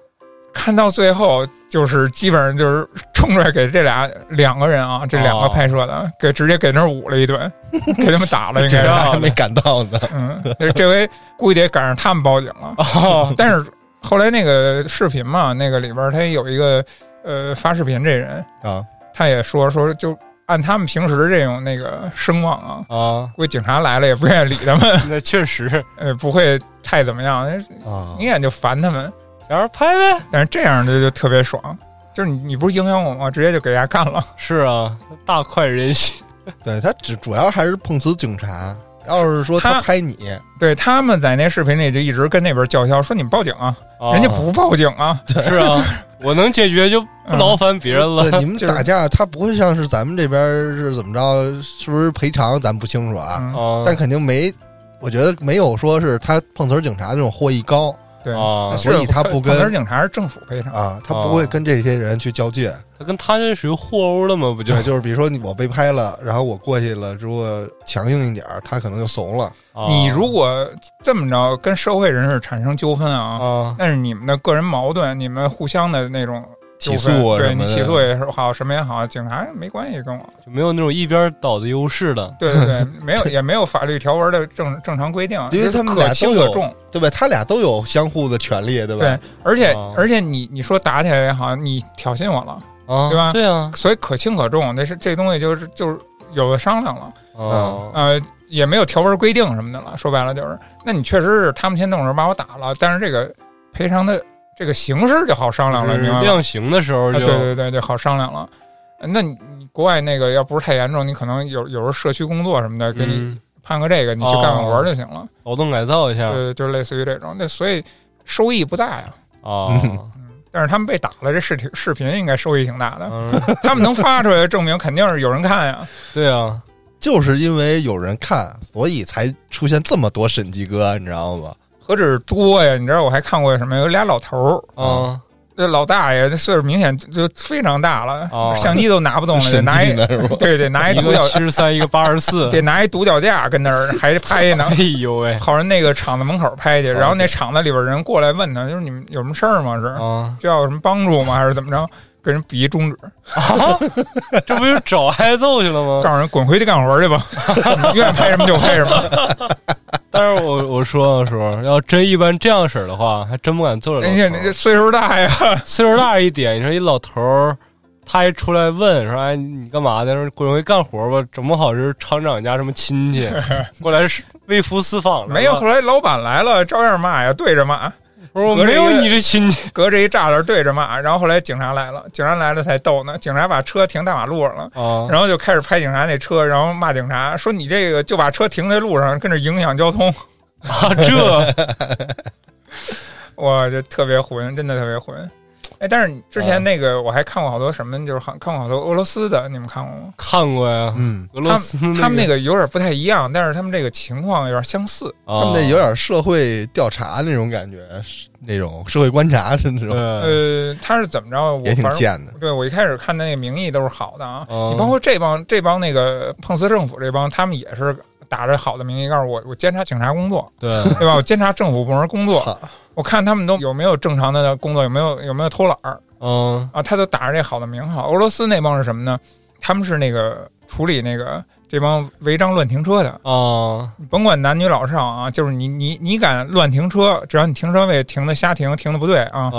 S3: 看到最后，就是基本上就是冲出来给这俩两个人啊，这两个
S2: 哦
S3: 拍摄的、给直接给那儿捂了一顿，给他们 打了，应
S1: 这
S3: 该
S1: 人
S3: 是。
S1: 还没赶到呢，
S3: 嗯，这这回估计得赶上他们报警了。
S2: 哦
S3: 但是后来那个视频嘛，那个里边儿他有一个呃发视频这人，
S1: 啊，
S3: 他也说说就按他们平时这种那个声望啊。
S2: 啊，
S3: 估计警察来了也不愿意理他们，
S2: 那确实，
S3: 呃，不会太怎么样，
S1: 啊
S3: 明眼就烦他们。
S2: 然后拍呗，
S3: 但是这样的就特别爽，就是你你不是影响我吗？直接就给人家干了。
S2: 是啊，大快人心，
S1: 对他只主要还是碰瓷警察。要是说他
S3: 他
S1: 拍你，
S3: 对，他们在那视频里就一直跟那边叫嚣说你们报警啊，
S1: 哦
S2: 啊
S3: 人家不报警 啊，
S2: 是 啊，我能解决就不劳烦别人了，
S1: 对你们
S3: 就是
S1: 打架，他不会像是咱们这边是怎么着，是不是赔偿咱不清楚啊？
S3: 嗯
S2: 啊
S1: 但肯定没，我觉得没有说是他碰瓷儿警察这种获益高
S3: 对，
S2: 啊，
S1: 哦所以他不跟
S3: 可能是警察是政府赔偿，
S1: 啊，他不会
S2: 哦
S1: 跟这些人去较劲。
S2: 他跟他这属于互殴了嘛，不就
S1: 对，就是比如说你我被拍了，然后我过去了，如果强硬一点儿，他可能就怂了。
S2: 啊
S3: 你如果这么着跟社会人士产生纠纷
S1: 哦
S2: 啊
S3: 啊，那是你们的个人矛盾，你们互相的那种纠
S1: 起
S3: 纷。
S1: 诉啊
S3: 对
S1: 什么
S3: 你
S1: 的
S3: 起诉也是好，什么也好，警察没关系跟我。
S2: 就没有那种一边倒的优势了，
S3: 对 对对，没有也没有法律条文的正正常规定，
S1: 因为他们
S3: 就是
S1: 俩
S3: 可
S1: 都
S3: 轻可
S1: 有
S3: 重。
S1: 对吧？他俩都有相互的权利，对吧？
S3: 对，而且
S2: 哦
S3: 而且你你说打起来也好，你挑衅我了，
S2: 啊，
S3: 对吧
S2: 对啊，
S3: 所以可轻可重，那是这东西就是就是有的商量了，
S2: 啊
S3: 呃，也没有条文规定什么的了。说白了就是，那你确实是他们先动手把我打了，但是这个赔偿的这个形式就好商量了，
S2: 就是
S3: 明白吗？
S2: 量刑的时
S3: 啊
S2: 候
S3: 对
S2: 就
S3: 对对，就好商量了。呃那你你国外那个要不是太严重，你可能有有时候社区工作什么的给你
S2: 嗯
S3: 判个这个，你去干个活儿就行了，
S2: 劳动改造一下
S3: 对，就是类似于这种。那所以收益不大呀。
S2: 啊，
S3: 嗯，但但是他们被打了，这视频视频应该收益挺大的。
S2: 嗯，
S3: 他们能发出来，证明肯定是有人看呀。
S2: 对啊，
S1: 就是因为有人看，所以才出现这么多审计哥，你知道吗？
S3: 何止多呀？你知道我还看过什么？有俩老头儿，
S2: 嗯，
S3: 这老大爷这岁数明显就就非常大了，
S2: 哦
S3: 相机都拿不动了，得
S1: 审
S3: 拿
S1: 计
S3: 一
S1: 呢 是吧？
S3: 对得拿 一
S2: 一
S3: 独
S2: 个
S3: 角，
S2: 七十三，一个八十四，
S3: 得拿一独脚架跟那儿还拍呢
S2: 哎。呦喂，
S3: 跑人那个厂子门口拍去，然后那厂子里边人过来问他，就是你们有什么事儿吗？是
S2: 啊，
S3: 需要有什么帮助吗？还是怎么着？给人比一中指，
S2: 这不就找挨揍去了吗？
S3: 告诉人滚回去干活去吧， 你愿意拍什么就拍什么。
S2: 但是我我说的时候，要真一般这样式儿的话，还真不敢揍这
S3: 人家
S2: 老头
S3: 那
S2: 儿
S3: 哎这。岁数大呀，
S2: 岁数大一点，你说一老头儿，他一出来问说：“哎，你干嘛呢？”说：“滚回去干活吧，整不好是厂长家什么亲戚过来是为夫私访了。”
S3: 没有。后来老板来了，照样骂呀，对着骂，
S2: 我说我
S3: 隔着
S2: 没
S3: 一个
S2: 有你这亲戚
S3: 隔着一栅栏对着骂。然后后来警察来了，警察来了才逗呢。警察把车停大马路上了，
S2: 啊。
S3: 然后就开始拍警察那车，然后骂警察说：“你这个就把车停在路上，跟着影响交通。
S2: 啊，这”
S3: 哇，这特别混，真的特别混。哎，但是你之前那个我还看过好多什么，就是好看过好多俄罗斯的，你们看过吗？
S2: 看过呀，
S1: 嗯，
S2: 俄罗斯
S3: 他们他们那
S2: 个，
S3: 个有点不太一样，但是他们这个情况有点相似。
S1: 他
S2: 他
S1: 们那有点社会调查那种感觉，那种社会观察的那种，
S2: 对，
S3: 呃，他是怎么着？我
S1: 也挺
S3: 反正
S1: 贱的。
S3: 对我一开始看那个名义都是好的啊，
S2: 哦
S3: 你包括这帮这帮那个碰瓷政府这帮，他们也是打着好的名义告诉我，我监察警察工作，
S2: 对，
S3: 对吧？我监察政府部门工作，
S1: 操，
S3: 我看他们都有没有正常的工作，有没有有没有偷懒儿
S2: 嗯，
S3: 啊？他都打着这好的名号。俄罗斯那帮是什么呢？他们是那个处理那个这帮违章乱停车的，
S2: 啊，
S3: 你甭管男女老少啊，就是你你你敢乱停车，只要你停车位停的瞎停，停的不对啊，
S2: 啊，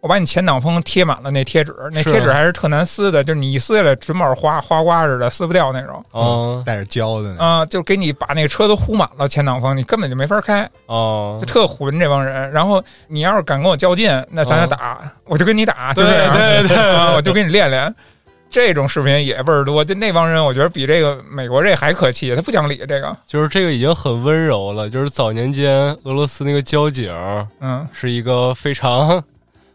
S3: 我把你前挡风贴满了那贴纸，那
S2: 是啊
S3: 贴纸还是特难撕的，就是你一撕下来，准保是花花瓜似的，撕不掉那种
S2: 啊，
S1: 带着胶的那种，
S3: 啊，就给你把那个车都糊满了前挡风，你根本就没法开，
S2: 啊
S3: 就，特混这帮人。然后你要是敢跟我较劲，那咱就打，我就跟你打，就
S2: 对
S3: 这样
S2: 哦对对，
S3: 啊，我就跟你练练。这种视频也倍儿多，就那帮人，我觉得比这个美国这还可气，他不讲理，这个，
S2: 就是这个已经很温柔了。就是早年间俄罗斯那个交警儿
S3: 嗯，
S2: 是一个非常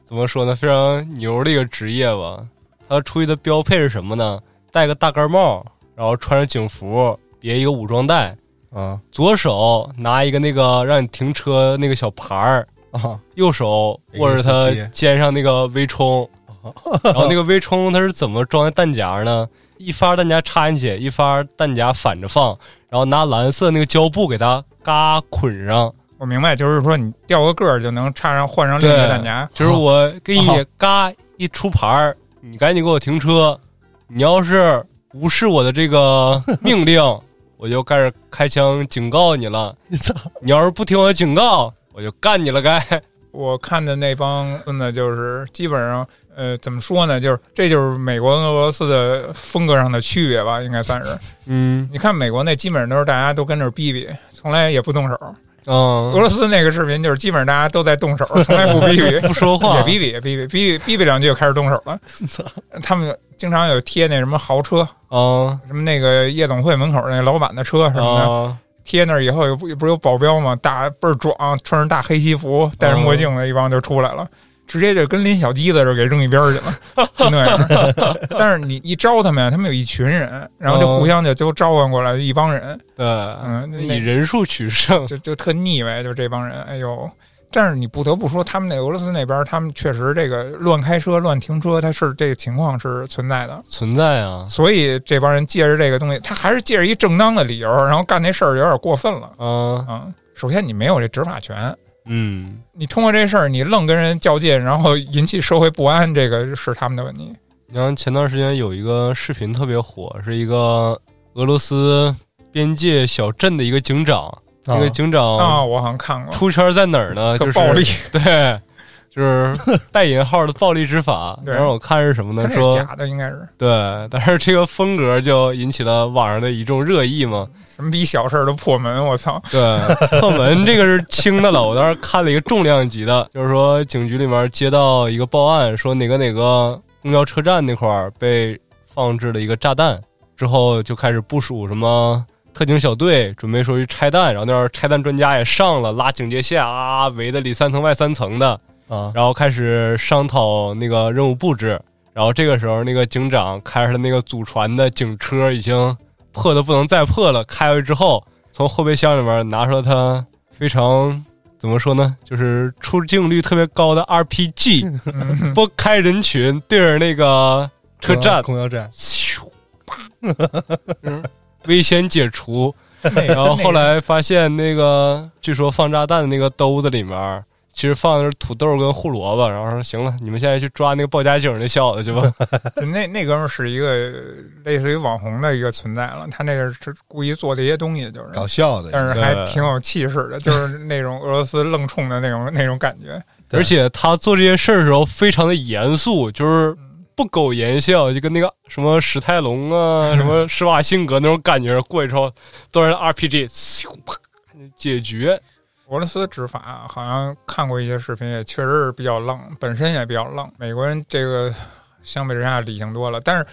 S2: 怎么说呢，非常牛的一个职业吧。他出去的标配是什么呢？戴个大盖帽，然后穿着警服，别一个武装带，
S1: 啊
S2: 左手拿一个那个让你停车那个小牌儿，
S1: 啊，
S2: 右手握着他肩上那个微冲，然后那个微冲它是怎么装在弹夹呢？一发弹夹插进去，一发弹夹反着放，然后拿蓝色那个胶布给它嘎捆上，
S3: 我明白，就是说你掉个个儿就能插上换上另一个弹夹，
S2: 就是我给你嘎一出牌儿，你赶紧给我停车，你要是无视我的这个命令， 我就开始开枪警告你了；
S1: 你操，
S2: 你要是不听我的警告，我就干你了该。
S3: 我看的那帮孙子就是基本上，呃，怎么说呢？就是这就是美国跟俄罗斯的风格上的区别吧，应该算是。
S2: 嗯
S3: 你看美国那基本上都是大家都跟那儿逼逼，从来也不动手；
S2: 嗯，
S3: 俄罗斯那个视频就是基本上大家都在动手，从来不逼逼，
S2: 不说话
S3: 也逼逼也逼逼逼逼逼逼两句就开始动手了。他们经常有贴那什么豪车，
S2: 啊
S3: 什么那个夜总会门口那老板的车什么的，
S2: 啊
S3: 贴那儿以后，有不不是有保镖吗？大倍儿壮，穿着大黑西服，戴着墨镜的一帮就出来了，直接就跟拎小鸡子似的给扔一边儿去了，就那样。但是 你一招他们，啊他们有一群人，然后就互相就都召唤过来一帮人，
S2: 对，
S3: 嗯那
S2: 以人数取胜。
S3: 就就特腻歪，就这帮人，哎呦。但是你不得不说，他们那俄罗斯那边儿，他们确实这个乱开车、乱停车，它是这个情况是存在的。
S2: 存在啊，
S3: 所以这帮人借着这个东西，他还是借着一正当的理由，然后干那事儿有点过分了。
S2: 啊，
S3: 啊、首先你没有这执法权，
S2: 嗯，
S3: 你通过这事儿你愣跟人较劲，然后引起社会不安，这个是他们的问题。
S2: 然后前段时间有一个视频特别火，是一个俄罗斯边界小镇的一个警长，那个
S1: 啊
S2: 警
S3: 啊、
S2: 长
S3: 我好像看过，
S2: 哦出圈在哪儿呢？就
S3: 特
S2: 是
S3: 暴力，
S2: 对，就是带引号的暴力执法。
S3: 对
S2: 然后我看是什么
S3: 他
S2: 呢？
S3: 这 是
S2: 说
S3: 假的，应该是
S2: 对，但是这个风格就引起了网上的一众热议嘛。
S3: 什么逼小事儿都破门，我 操！
S2: 对，破门这个是轻的了。我当时看了一个重量级的，就是说警局里面接到一个报案，说哪个哪个公交车站那块儿被放置了一个炸弹，之后就开始部署什么特警小队，准备说去拆弹。然后那儿拆弹专家也上了，拉警戒线啊，围的里三层外三层的。
S1: 啊
S2: 然后开始商讨那个任务布置。然后这个时候，那个警长开着他那个祖传的警车，已经破的不能再破了。开回之后，从后备箱里面拿出了他非常怎么说呢，就是出镜率特别高的 RPG，
S3: 嗯
S2: 拨开人群，对着那个车站，
S1: 公交站，
S2: 咻，啪，嗯危险解除。
S3: 那个
S2: 然 后后
S3: 那个
S2: 来发现那个，据说放炸弹的那个兜子里面，其实放的是土豆跟胡萝卜。然后说行了，你们现在去抓那个报假警那小子 去吧。
S3: 那那哥们儿是一个类似于网红的一个存在了，他那个是故意做这些东西，就是
S1: 搞笑的，
S3: 但是
S2: 对
S3: 还挺有气势的，就是那种俄罗斯愣冲的那种那种感觉。
S1: 对
S2: 而且他做这些事儿的时候非常的严肃，就是不苟言笑，就跟那个什么史泰龙 啊、什么施瓦辛格那种感觉。过去之后都是 RPG，咻啪解决。
S3: 俄罗斯执法好像看过一些视频，也确实是比较愣，本身也比较愣。美国人这个相比之下理性多了，但是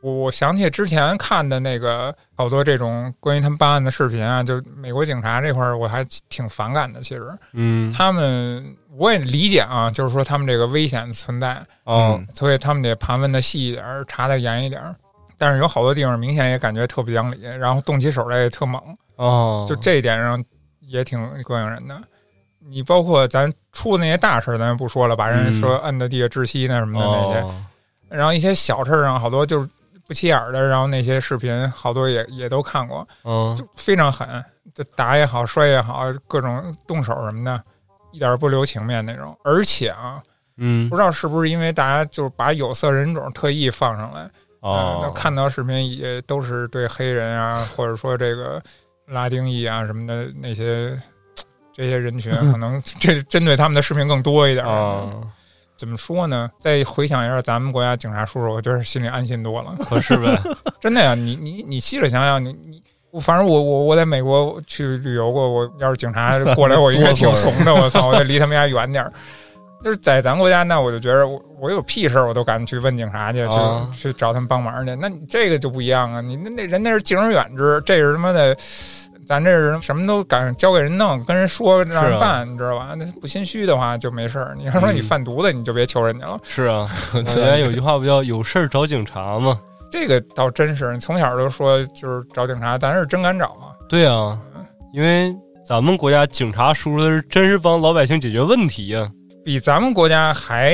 S3: 我我想起之前看的那个好多这种关于他们办案的视频啊，就美国警察这块儿我还挺反感的。其实
S2: 嗯，
S3: 他们我也理解啊，就是说他们这个危险存在，嗯
S2: 哦，
S3: 所以他们得盘问的细一点儿，查的严一点儿。但是有好多地方明显也感觉特不讲理，然后动起手来也特猛，
S2: 哦，
S3: 就这一点上也挺膈应人的。你包括咱出的那些大事儿，咱就不说了，把人
S2: 嗯
S3: 说摁在地下窒息那什么的那些，
S2: 哦，
S3: 然后一些小事儿上好多就是不起眼儿的，然后那些视频好多也也都看过，
S2: 嗯，
S3: 就非常狠，就打也好，摔也好，各种动手什么的，一点儿不留情面那种。而且啊，
S2: 嗯
S3: 不，知道是不是因为大家就是把有色人种特意放上来，呃
S2: 哦
S3: 那，看到视频也都是对黑人 啊，或者说这个拉丁裔啊什么的那些这些人群，啊 可能这针对他们的视频更多一点。啊
S2: 哦。
S3: 怎么说呢？再回想一下咱们国家警察叔叔，我觉得心里安心多了。
S2: 可是呗，
S3: 真的呀，你你你细着想想，你你。我反正我我我在美国去旅游过，我要是警察过来，我应该挺怂的。我操，我得离他们家远点儿。就是在咱国家，那我就觉得我我有屁事儿我都敢去问警察去，
S2: 啊
S3: 去去找他们帮忙去。那你这个就不一样啊，你那那人那是敬而远之，这是他妈的，咱这是什么都敢交给人弄，跟人说让
S2: 是
S3: 人
S2: 啊
S3: 办，你知道吧？那不心虚的话就没事儿。你要说你
S2: 嗯
S3: 贩毒的，你就别求人家了。
S2: 是啊，人家有句话不叫有事儿找警察吗？
S3: 这个倒真是，你从小都说就是找警察，咱是真敢找啊。
S2: 对啊，因为咱们国家警察叔叔是真是帮老百姓解决问题呀、
S3: 比咱们国家还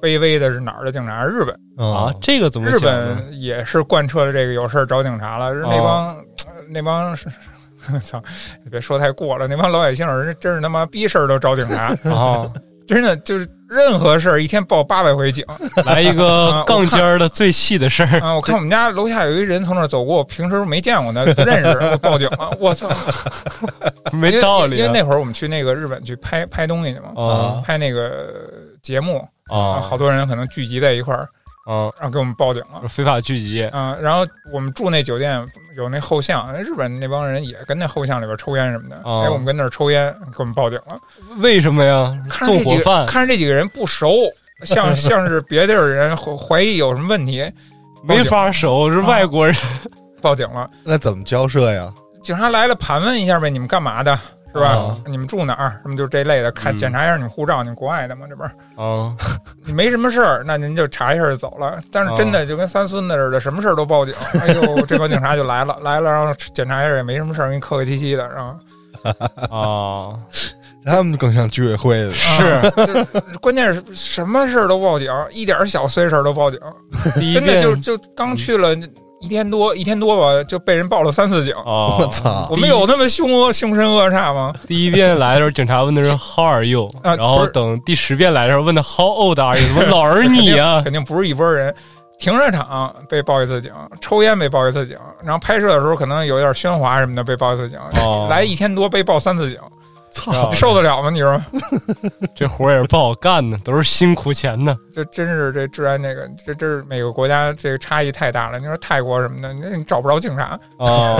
S3: 卑微的是哪儿的警察？日本，
S2: 啊！
S1: 啊，
S2: 这个怎么
S3: 日
S2: 想呢？
S3: 本也是贯彻了这个有事儿找警察了。是
S2: 哦
S3: 那帮、呃那帮是， 操，别说太过了，那帮老百姓人真是他妈逼事儿都找警察，
S2: 啊，
S3: 真的就是任何事儿一天报八百回警
S2: 来一
S3: 啊
S2: 个杠尖儿的最细的事儿，
S3: 啊！我看我们家楼下有一人从那儿走过，我平时没见过他，不认识，我报警了。我操，
S2: 没道理
S3: 因为
S2: 啊
S3: 那会儿我们去那个日本去拍拍东西去嘛，
S2: 啊
S3: 拍那个节目，
S2: 啊！
S3: 好多人可能聚集在一块儿，
S2: 啊，
S3: 然后给我们报警了。
S2: 非法聚集
S3: 嗯，然后我们住那酒店有那后巷，日本那帮人也跟那后巷里边抽烟什么的。
S2: 哦
S3: 哎，我们跟那儿抽烟，给我们报警了。
S2: 为什么呀？
S3: 看着
S2: 纵
S3: 这
S2: 火
S3: 几个，
S2: 犯
S3: 看着这几个人不熟， 像像是别地儿人怀怀疑有什么问题，
S2: 没法熟，
S3: 啊
S2: 是外 国人
S3: 报警了。
S1: 那怎么交涉呀？
S3: 警察来了，盘问一下呗，你们干嘛的？是吧？
S1: 哦
S3: 你们住哪儿？什么就这类的，看
S2: 嗯
S3: 检查一下你们护照，你们国外的吗？这不是
S2: 啊！
S3: 你没什么事儿，那您就查一下就走了。但是真
S2: 哦
S3: 的就跟三孙子似的，什么事儿都报警。哎呦，这帮警察就来了，来了，然后检查一下也没什么事儿，给你客客气气的，然后
S2: 啊，
S1: 他们更像居委会的，
S3: 是，啊 就是关键是什么事儿都报警，一点儿小碎事儿都报警，
S2: 第一
S3: 真的
S2: 遍
S3: 就就刚去了一天多，一天多吧，就被人报了三次警。
S2: 啊，
S1: 我操！
S3: 我们有那么凶恶、凶神恶煞吗？
S2: 第一遍来的时候，警察问的是 “How are you”，、
S3: 啊
S2: 然
S3: 不
S2: 后
S3: 是
S2: 等第十遍来的时候，问的 “How old are you”，我老儿你啊，
S3: 肯定不是一拨人。停车场被报一次警，抽烟被报一次警，然后拍摄的时候可能有点喧哗什么的被报一次警，
S2: 哦
S3: 来一天多被报三次警，
S1: 操
S2: 啊
S3: 你受得了吗？你说，
S2: 这活儿也是不好干呢，都是辛苦钱呢。
S3: 这真是这治安这个，这这是每个国家这个差异太大了。你说泰国什么的，你你找不着警察，
S2: 哦，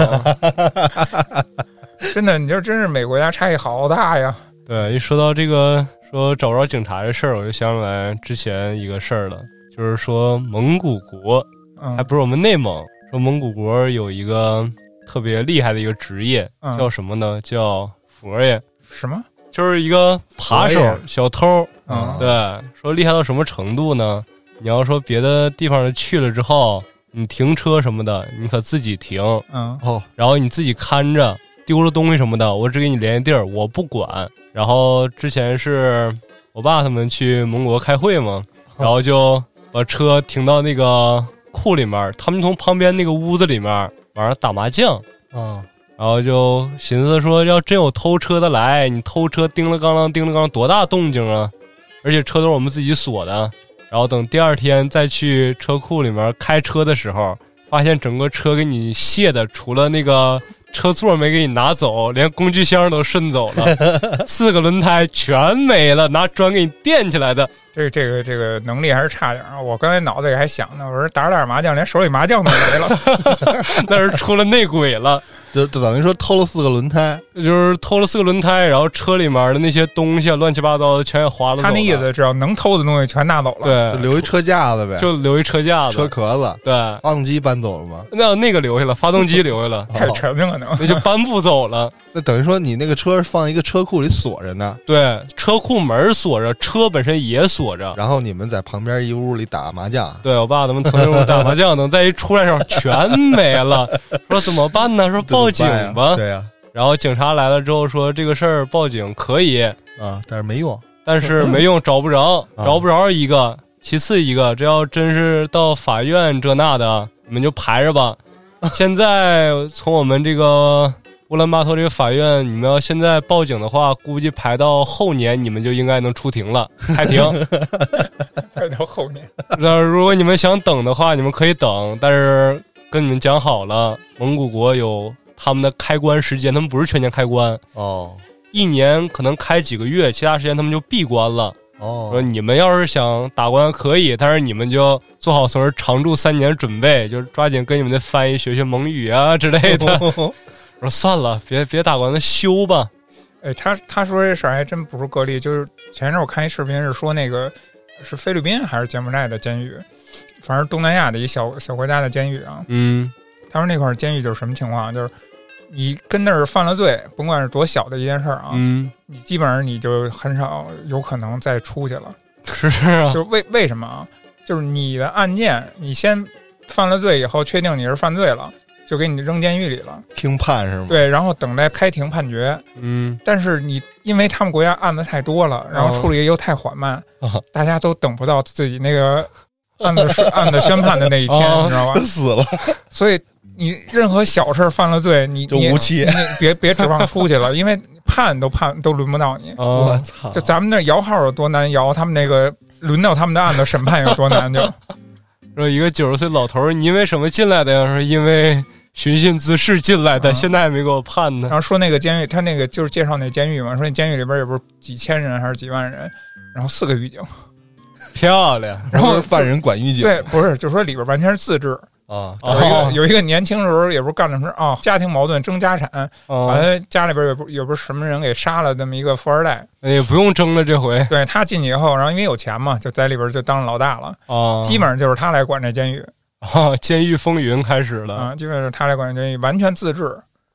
S3: 真的，你就真是每国家差异好大呀！
S2: 对，一说到这个说找不着警察这事儿，我就想起来之前一个事儿了，就是说蒙古国还
S3: 嗯
S2: 不是我们内蒙，说蒙古国有一个特别厉害的一个职业，
S3: 嗯
S2: 叫什么呢？叫佛爷。
S3: 什么？
S2: 就是一个扒手
S1: 我也
S2: 小偷，
S3: 嗯
S1: 啊
S2: 对，说厉害到什么程度呢？你要说别的地方去了之后，你停车什么的，你可自己停，
S3: 嗯
S1: 哦，
S2: 然后你自己看着，丢了东西什么的，我只给你联系地儿，我不管。然后之前是我爸他们去蒙古国开会嘛，然后就把车停到那个库里面，他们从旁边那个屋子里面晚上打麻将，
S1: 啊，
S2: 然后就寻思说，要真有偷车的来，你偷车叮了咣啷叮了咣啷，多大动静啊！而且车都是我们自己锁的。然后等第二天再去车库里面开车的时候，发现整个车给你卸的，除了那个车座没给你拿走，连工具箱都顺走了， 四个轮胎全没了，拿砖给你垫起来的。
S3: 这个这个这个能力还是差点儿啊！我刚才脑子里还想呢，我说打着打着麻将，连手里麻将都没 了。
S2: 那是出了内鬼了，
S1: 就就等于说偷了四个轮胎，
S2: 就是偷了四个轮胎，然后车里面的那些东西啊乱七八糟的全给划了走了。
S3: 他那意思，只要能偷的东西全拿走了。，
S1: 就
S2: 对，
S1: 留一车架子呗，
S2: 呃就留一车架
S1: 车
S2: 子，
S1: 壳子，
S2: 对，
S1: 发动机搬走了吗？，
S2: 那那个留下了，发动机留下了
S3: 太
S1: 哦
S3: 沉了 可能。
S2: 那就搬不走了。
S1: 那等于说你那个车放一个车库里锁着呢，
S2: 对，车库门锁着，车本身也锁着。
S1: 然后你们在旁边一屋里打麻将，
S2: 对我爸他们曾经我打麻将，等再一出来的 时候全没了，说怎么办呢？说
S1: 这怎么
S2: 报警
S1: 办呀
S2: 吧。
S1: 对呀，
S2: 然后警察来了之后说这个事儿报警可以，
S1: 啊，但是没用，
S2: 但是没用，找不着，
S1: 啊
S2: 找不着一个。其次一个，这要真是到法院这那的，你们就排着吧。现在从我们这个乌兰巴托这个法院，你们要现在报警的话，估计排到后年你们就应该能出庭了，开庭。
S3: 太到后面，
S2: 那如果你们想等的话，你们可以等，但是跟你们讲好了，蒙古国有他们的开关时间，他们不是全年开关，
S1: 哦
S2: 一年可能开几个月，其他时间他们就闭关了。说
S1: 哦，
S2: 你们要是想打官可以，但是你们就做好从这儿常住三年准备，就是抓紧跟你们的翻译学学蒙语啊之类
S3: 哦
S2: 的。我 说算了，别别打官了，休吧。
S3: 哎，他他说这事儿还真不是个例，就是前一阵我看一视频是说那个是菲律宾还是柬埔寨的监狱，反正东南亚的一小小国家的监狱啊。
S2: 嗯
S3: 他说那块儿监狱就是什么情况，啊就是你跟那儿犯了罪，甭管是多小的一件事儿啊，
S2: 嗯，
S3: 你基本上你就很少有可能再出去了。
S2: 是啊，
S3: 就是为为什么啊？就是你的案件，你先犯了罪以后，确定你是犯罪了，就给你扔监狱里了。
S1: 听判是吗？
S3: 对，然后等待开庭判决。
S2: 嗯
S3: 但是你因为他们国家案子太多了，然后处理又太缓慢，
S1: 哦
S3: 大家都等不到自己那个案子是案子宣判的那一天，
S2: 哦
S3: 你知道吧
S1: 都？死了
S3: 所以你任何小事儿犯了罪，你
S1: 就
S3: 你
S1: 无期
S3: 你，别别指望出去了，因为判都判都轮不到你。
S1: 我
S2: 哦，
S1: 操！
S3: 就咱们那摇号有多难摇，他们那个轮到他们的案子审判有多难就。
S2: 说一个九十岁老头儿，你因为什么进来的呀？说因为寻衅滋事进来的，
S3: 啊
S2: 现在还没给我判呢
S3: 然。后说那个监狱，他那个就是介绍那监狱嘛，说那监狱里边也不是几千人还是几万人，然后四个狱警，
S2: 漂亮，
S1: 然
S3: 然后
S1: 后犯人管狱警
S3: 对，不是，就说里边完全是自治。
S1: 啊，
S3: 有一个
S2: 哦
S3: 有一个年轻时候也不是干了什么事儿啊，家庭矛盾争家产，完
S2: 哦，
S3: 了家里边也不也不是什么人给杀了，这么一个富二代，
S2: 也不用争了，这回
S3: 对他进去以后，然后因为有钱嘛，就在里边就当老大了，
S2: 啊，
S3: 基本上就是他来管这监狱
S2: 啊， 监狱风云开始了
S3: 啊，基本上是他来管这监狱，完全自治。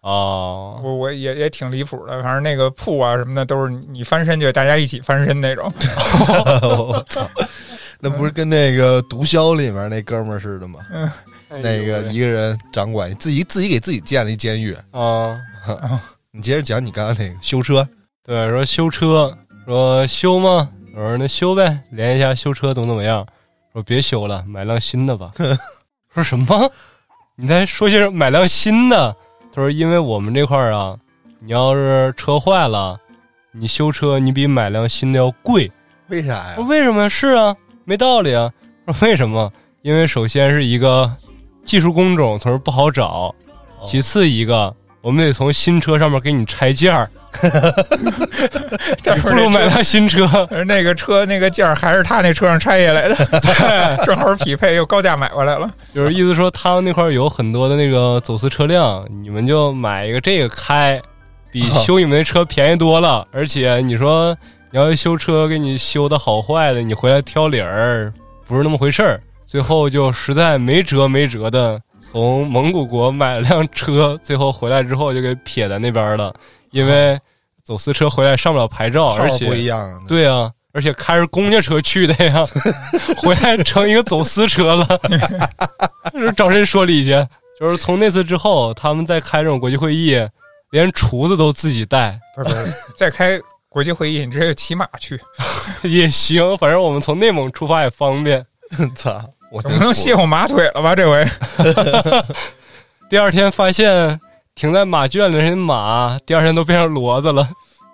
S2: 啊。
S3: 我我也也挺离谱的，反正那个铺啊什么的都是你翻身就得大家一起翻身那种。
S1: 我操！那不是跟那个毒枭里面那哥们儿似的吗？
S2: 哎
S1: 那个一个人掌管自己，自己给自己建了一监狱。
S2: 啊，
S1: 你接着讲你刚刚那个修车，
S2: 对，说修车，说修吗？我说那修呗，联系一下修车怎么怎么样。说别修了，买辆新的吧。说什么？你再说些什么买辆新的？他说因为我们这块儿啊，你要是车坏了，你修车你比买辆新的要贵。
S1: 为啥呀
S2: 我？说为什么呀？是啊，没道理啊。我说为什么？因为首先是一个技术工种，它是不好找；
S1: 哦
S2: 其次一个，我们得从新车上面给你拆件儿，
S3: 但是
S2: 不如
S3: 这
S2: 买辆新车。
S3: 而那个车那个件儿还是他那车上拆下来的， 对，正好匹配，又高价买回来了。
S2: 就是意思说，他们那块儿有很多的那个走私车辆，你们就买一个这个开，比修你们那车便宜多了。 而且你说你要是修车，给你修的好坏的，你回来挑理儿，不是那么回事儿。最后就实在没辙没辙的，从蒙古国买了辆车，最后回来之后就给撇在那边儿了，因为走私车回来上不了牌照，
S1: 号
S2: 而
S1: 儿
S2: 且
S1: 不一样啊，
S2: 对啊，而且开着公家车去的呀， 回来成一个走私车了， 就是找谁说理去？就是从那次之后，他们在开这种国际会议，连厨子都自己带
S3: 不是不是， 再开国际会议，你直接骑马去，
S2: 也行，反正我们从内蒙出发也方便。
S1: 操！我
S3: 总
S1: 真
S3: 不能
S1: 服
S3: 卸我马腿了吧？这回
S2: 第二天发现停在马圈里的人马，第二天都变成骡子了。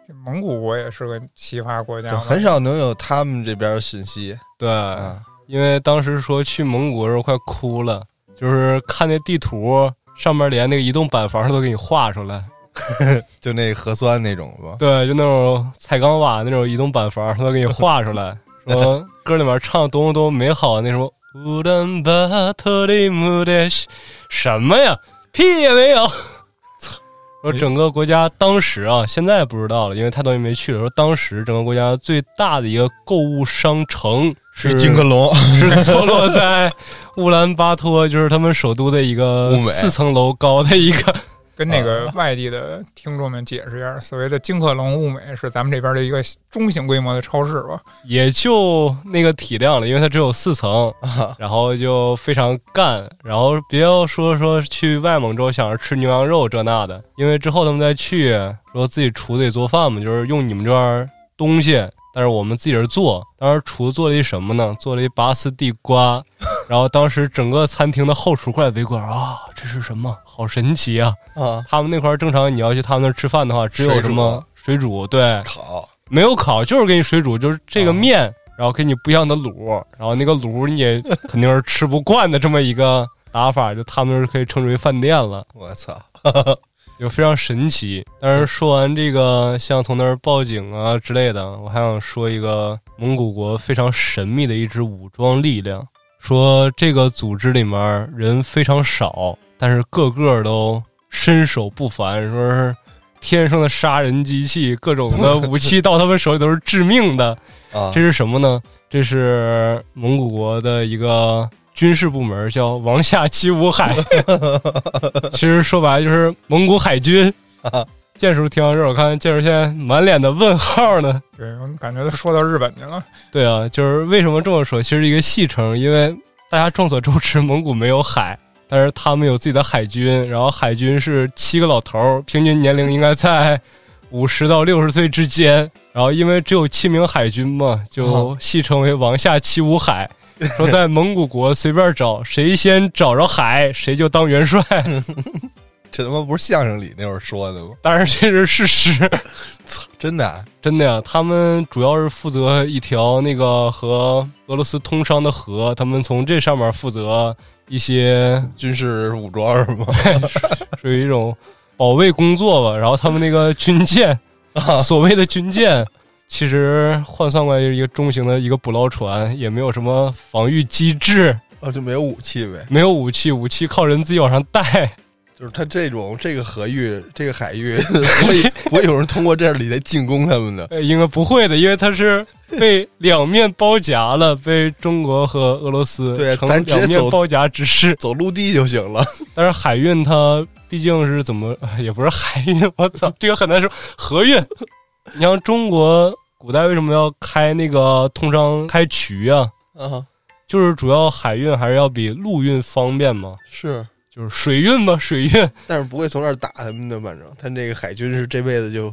S3: 这蒙古国也是个奇葩国家
S1: 对
S3: 吧，
S1: 很少能有他们这边的信息
S2: 对，
S1: 啊。
S2: 因为当时说去蒙古的时候快哭了，就是看那地图上面连那个移动板房都给你画出来。
S1: 就那核酸那种吧，
S2: 对，就那种彩钢瓦那种移动板房，他给你画出来，说歌里面唱多么多么美好，那什么乌兰巴托的木的什么呀，屁也没有。操！说
S1: 哎
S2: 整个国家当时啊，现在不知道了，因为太多年没去了。说当时整个国家最大的一个购物商城是
S1: 金克隆，
S2: 是坐落在乌兰巴托，就是他们首都的一
S1: 乌
S2: 个
S1: 美
S2: 四层楼高的一个
S3: 跟那个外地的听众们解释一下，所谓的金克隆物美是咱们这边的一个中型规模的超市吧？
S2: 也就那个体量了，因为它只有四层，然后就非常干，然后别要说说去外蒙州想着吃牛羊肉这那的，因为之后他们再去说自己厨子也做饭嘛，就是用你们这儿东西，但是我们自己人做，当时厨子做了一什么呢？做了一拔丝地瓜， 然后当时整个餐厅的后厨过来围观啊，这是什么？好神奇啊！
S1: 啊，
S2: 他们那块儿正常你要去他们那儿吃饭的话，只有
S1: 水
S2: 什
S1: 煮
S2: 么水煮对。
S1: 烤
S2: 没有烤，就是给你水煮，就是这个面，然后给你不一样的卤，然后那个卤你也肯定是吃不惯的这么一个打法，就他们是可以称之为饭店了，
S1: 我操，
S2: 就非常神奇。但是说完这个，像从那儿报警啊之类的，我还想说一个蒙古国非常神秘的一支武装力量，说这个组织里面人非常少，但是个个都身手不凡，说是。天生的杀人机器，各种的武器到他们手里都是致命的。
S1: 啊
S2: 这是什么呢？这是蒙古国的一个军事部门，叫王下七武海。 其实说白了就是蒙古海军。剑叔听到这儿，我看剑叔现在满脸的问号呢。
S3: 对，我感觉都说到日本去了。
S2: 对啊，就是为什么这么说？其实一个戏称，因为大家众所周知，蒙古没有海，但是他们有自己的海军，然后海军是七个老头儿，平均年龄应该在五十到六十岁之间。然后因为只有七名海军嘛，就戏称为“王下七武海”，说在蒙古国随便找，谁先找着海，谁就当元帅。
S1: 这他妈不是相声里那会儿说的吗？
S2: 当然这是事实。
S1: 真的啊
S2: 真的呀，他们主要是负责一条那个和俄罗斯通商的河，他们从这上面负责一些
S1: 军事武装是吗？
S2: 属于一种保卫工作吧。然后他们那个军舰，
S1: 啊
S2: 所谓的军舰，其实换算过来就是一个中型的一个捕捞船，也没有什么防御机制，
S1: 哦，就没有武器呗，
S2: 没有武器，武器靠人自己往上带。
S1: 就是他这种这个河域、这个海域， 不会不会有人通过这里来进攻他们的。
S2: 呃，应该不会的，因为它是被两面包夹了，被中国和俄罗斯
S1: 对
S2: 成
S1: 咱直接
S2: 两面
S1: 走
S2: 包夹之势。
S1: 走陆地就行了，
S2: 但是海运它毕竟是怎么， 哎也不是海运，我操，这个很难说。河运， 你像中国古代为什么要开那个通商开渠啊？
S1: 啊，
S2: 就是主要海运还是要比陆运方便嘛，
S1: 是，
S2: 就是水运嘛， 水运。
S1: 但是不会从那儿打他们的，反正他这个海军是这辈子就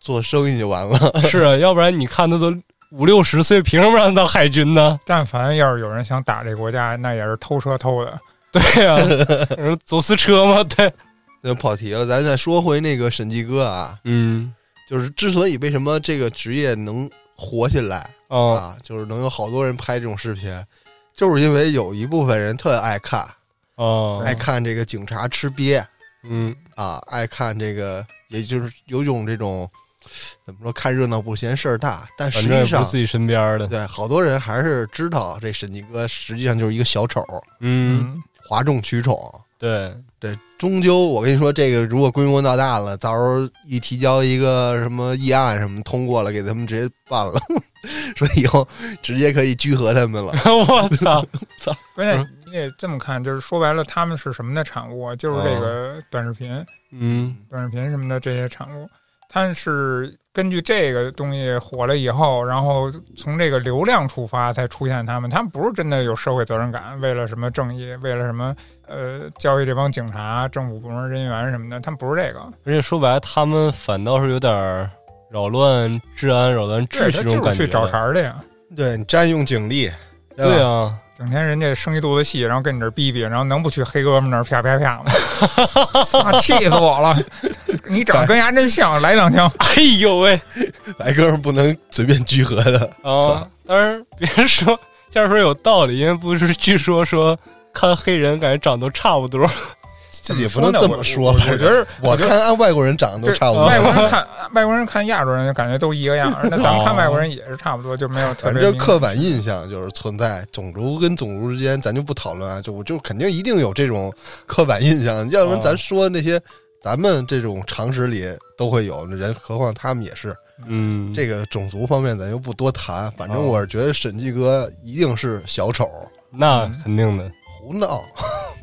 S1: 做生意就完了。
S2: 是啊，要不然你看他都五六十岁，凭什么让他当海军呢？
S3: 但凡要是有人想打这国家，那也是偷车偷的。
S2: 对呀、啊，走私车嘛， 对，
S1: 那跑题了，咱再说回那个审计哥啊，
S2: 嗯
S1: 就是之所以为什么这个职业能火起来
S2: 啊，
S1: 啊，就是能有好多人拍这种视频，就是因为有一部分人特爱看，
S2: 哦，
S1: 爱看这个警察吃瘪
S2: 嗯，
S1: 啊，爱看这个，也就是有种这种怎么说，看热闹不嫌事儿大，但实
S2: 反正也
S1: 际
S2: 不是
S1: 上。
S2: 自己身边的，
S1: 对，好多人还是知道这审计哥实际上就是一个小丑，
S2: 嗯，
S3: 嗯，
S1: 哗众取宠。
S2: 对，
S1: 对，终究我跟你说，这个如果规模闹大了，到时候一提交一个什么议案什么通过了，给他们直接办了， 说以后直接可以拘和他们了。
S2: 我操，
S3: 关
S2: 嗯
S3: 键你得这么看，就是说白了，他们是什么的产物啊？就是这个短视频、
S2: 嗯。
S3: 短视频什么的这些产物。他是根据这个东西火了以后，然后从这个流量出发才出现他们。他们不是真的有社会责任感，为了什么正义，为了什么呃教育这帮警察、政府部门人员什么的，他们不是这个。
S2: 而且说白了，他们反倒是有点儿扰乱治安、扰乱
S3: 对
S2: 秩
S3: 他
S2: 序这种
S3: 就是
S2: 感觉
S3: 去
S2: 的。
S3: 找茬儿的呀，
S1: 对你占用警力，对吧
S2: 对 啊，
S3: 整天人家生一肚子气，然后跟你这儿逼逼，然后能不去黑哥们那儿啪 啪啪吗？啊，气死我了！你长得跟牙真像，来两枪。
S2: 哎呦喂
S1: 白哥们不能随便聚合的。
S2: 啊！当然，别人说这样说有道理，因为不是据说说看黑人感觉长得都差不多，
S1: 这也不能这
S3: 怎
S1: 么
S3: 呢
S1: 说
S3: 我
S1: 吧
S3: 我我觉得，
S1: 我
S3: 我觉
S1: 看
S3: 得
S1: 按外国人长得都差不
S2: 这
S1: 多
S3: 外，国人看外国人看亚洲人，感觉都一个样 儿。那咱们看外国人也是差不多，就没有特
S1: 反
S3: 别
S1: 正
S3: 明
S1: 刻板印象就是存在。种族跟种族之间，咱就不讨论啊，就我就肯定一定有这种刻板印象，要不然
S2: 啊
S1: 咱说那些哦咱们这种常识里都会有人，何况他们也是。
S2: 嗯，
S1: 这个种族方面咱就不多谈，反正
S2: 啊
S1: 我是觉得审计哥一定是小丑，
S2: 那
S3: 嗯
S2: 肯定的。
S1: 胡闹。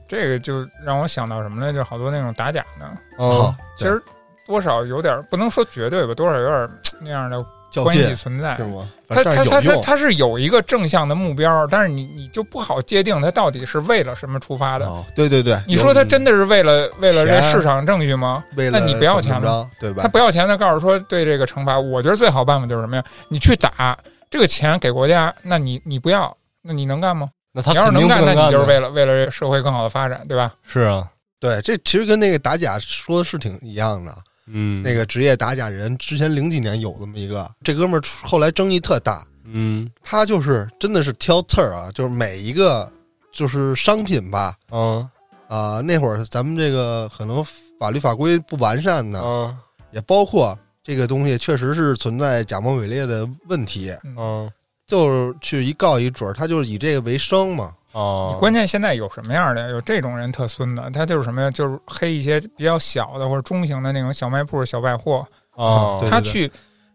S3: 这个就让我想到什么呢？就好多那种打假的，
S1: 哦
S2: 嗯，
S3: 其实多少有点儿不能说绝对吧，多少有点儿那样的
S1: 较
S3: 关系
S1: 劲
S3: 存在
S1: 是。吗？
S3: 他
S1: 反正
S3: 他他
S1: 有
S3: 他
S1: 用。
S3: 他是有一个正向的目标，但是你你就不好界定他到底是为了什么出发的。
S1: 哦，对对对，
S3: 你说他真的是为了为了这
S1: 钱
S3: 市场证据吗？
S1: 为了
S3: 那你不要
S1: 怎么
S3: 钱
S1: 着，对吧
S3: 他？不要钱的告诉说对这个惩罚，我觉得最好办法就是什么呀？你去打这个钱给国家，那你你不要，那你能干吗？
S2: 那他
S3: 你要是
S2: 肯定
S3: 能
S2: 不
S3: 干，那
S2: 干
S3: 你就是
S2: 的
S3: 为了为了社会更好的发展，对吧？
S2: 是啊，
S1: 对，这其实跟那个打假说的是挺一样的。
S2: 嗯，
S1: 那
S2: 个
S1: 个职业打假人之前零几年有这么一个，这哥们儿出后来争议特大，
S2: 嗯
S1: 他就是真的是挑刺儿啊，就是每一个就是商品吧，
S2: 嗯
S1: 啊、那会儿咱们这个可能法律法规不完善呢，
S2: 嗯
S1: 也包括这个东西确实是存在假冒伪劣的问题，
S2: 嗯
S1: 就是去一告一准儿，他就是以这个为生嘛。
S2: 哦，
S3: 关键现在有什么样的？有这种人特孙子，他就是什么呀？就是黑一些比较小的或者中型的那种小卖部、小百货，
S2: 哦，
S1: 对
S3: 他去。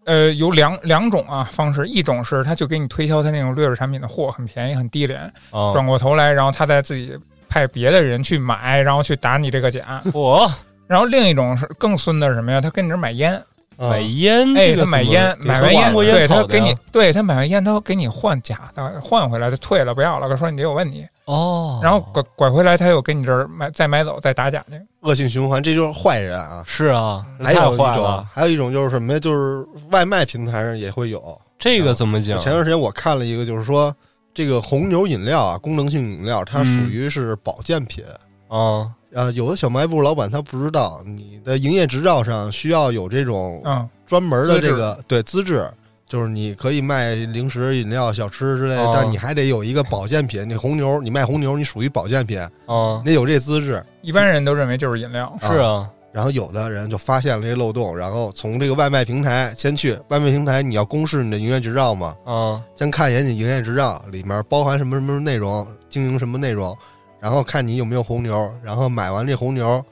S3: 呃，有两两种啊方式，一种是他就给你推销他那种劣质产品的货，很便宜，很低廉，
S2: 哦
S3: 转过头来，然后他再自己派别的人去买，然后去打你这个假。
S2: 我
S3: 然后另一种是更孙的是什么呀？他跟你这儿买烟，
S1: 啊
S2: 买烟，嗯
S3: 哎，
S2: 这个
S3: 他买
S2: 怎么
S3: 烟，
S1: 给
S3: 买
S1: 他
S3: 完
S1: 换
S3: 烟，
S1: 过
S2: 烟
S3: 对
S2: 草
S3: 他
S2: 的啊
S3: 给你
S2: 呀，
S3: 对他买完烟，他给你换假的，换回来的退了不要了，说你这有问题，
S2: 哦，
S3: 然后拐拐回来他又跟你这儿买再买走再打假去。
S1: 恶性循环，这就是坏人啊。
S2: 是啊，
S1: 还
S2: 太
S1: 有一
S2: 坏
S1: 种，
S2: 了，
S1: 还有一种就是什么呀？就是外卖平台上也会有。
S2: 这个怎么讲？
S1: 前段时间啊我看了一个，就是说这个红牛饮料啊，功能性饮料，它
S2: 嗯
S1: 属于是保健品。
S2: 啊，
S1: 呃，有的小卖部老板他不知道，你的营业执照上需要有这种
S3: 嗯，
S1: 专门的
S3: 资质
S1: 这个对资质，就是你可以卖零食、饮料、小吃之类的
S2: 哦，
S1: 但你还得有一个保健品。你红牛，你卖红牛，你属于保健品，
S2: 啊，
S1: 你得有这资质。
S3: 一般人都认为就是饮料，
S2: 是啊，
S1: 然后有的人就发现了这漏洞，然后从这个外卖平台先去外卖平台，你要公示你的营业执照嘛，
S2: 啊，
S1: 先看一眼你营业执照里面包含什么什么内容，经营什么内容，然后看你有没有红牛，然后买完这红牛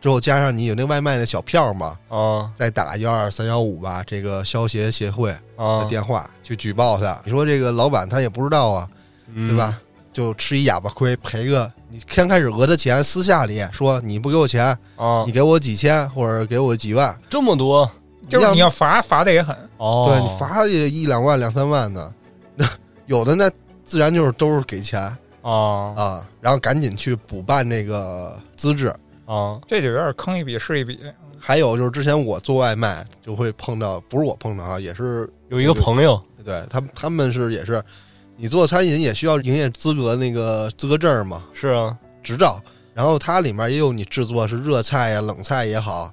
S1: 之后加上你有那外卖的小票嘛，
S2: 啊
S1: 再打幺二三幺五吧这个消协协会的
S2: 啊，
S1: 电话去举报他。你说这个老板他也不知道啊，
S2: 对
S1: 对？吧？就吃一哑巴亏，赔个你先开始讹他钱，私下里说你不给我钱，
S2: 啊
S1: 你，给我几千或者给我几万。
S2: 这么多
S3: 就是你要罚罚的也狠。
S2: 哦，
S1: 对你罚也一两万、两三万的，那有的那自然就是都是给钱
S2: 啊
S1: 啊，然后赶紧去补办这个资质。
S2: 啊，
S3: 这就有点坑一笔是一笔，
S1: 还有就是之前我做外卖就会碰到，不是我碰到啊，也是
S2: 有一个朋友
S1: 对他们他们是也是，你做餐饮也需要营业资格那个资格证嘛，
S2: 是啊，
S1: 执照，然后它里面也有你制作是热菜呀、冷菜也好，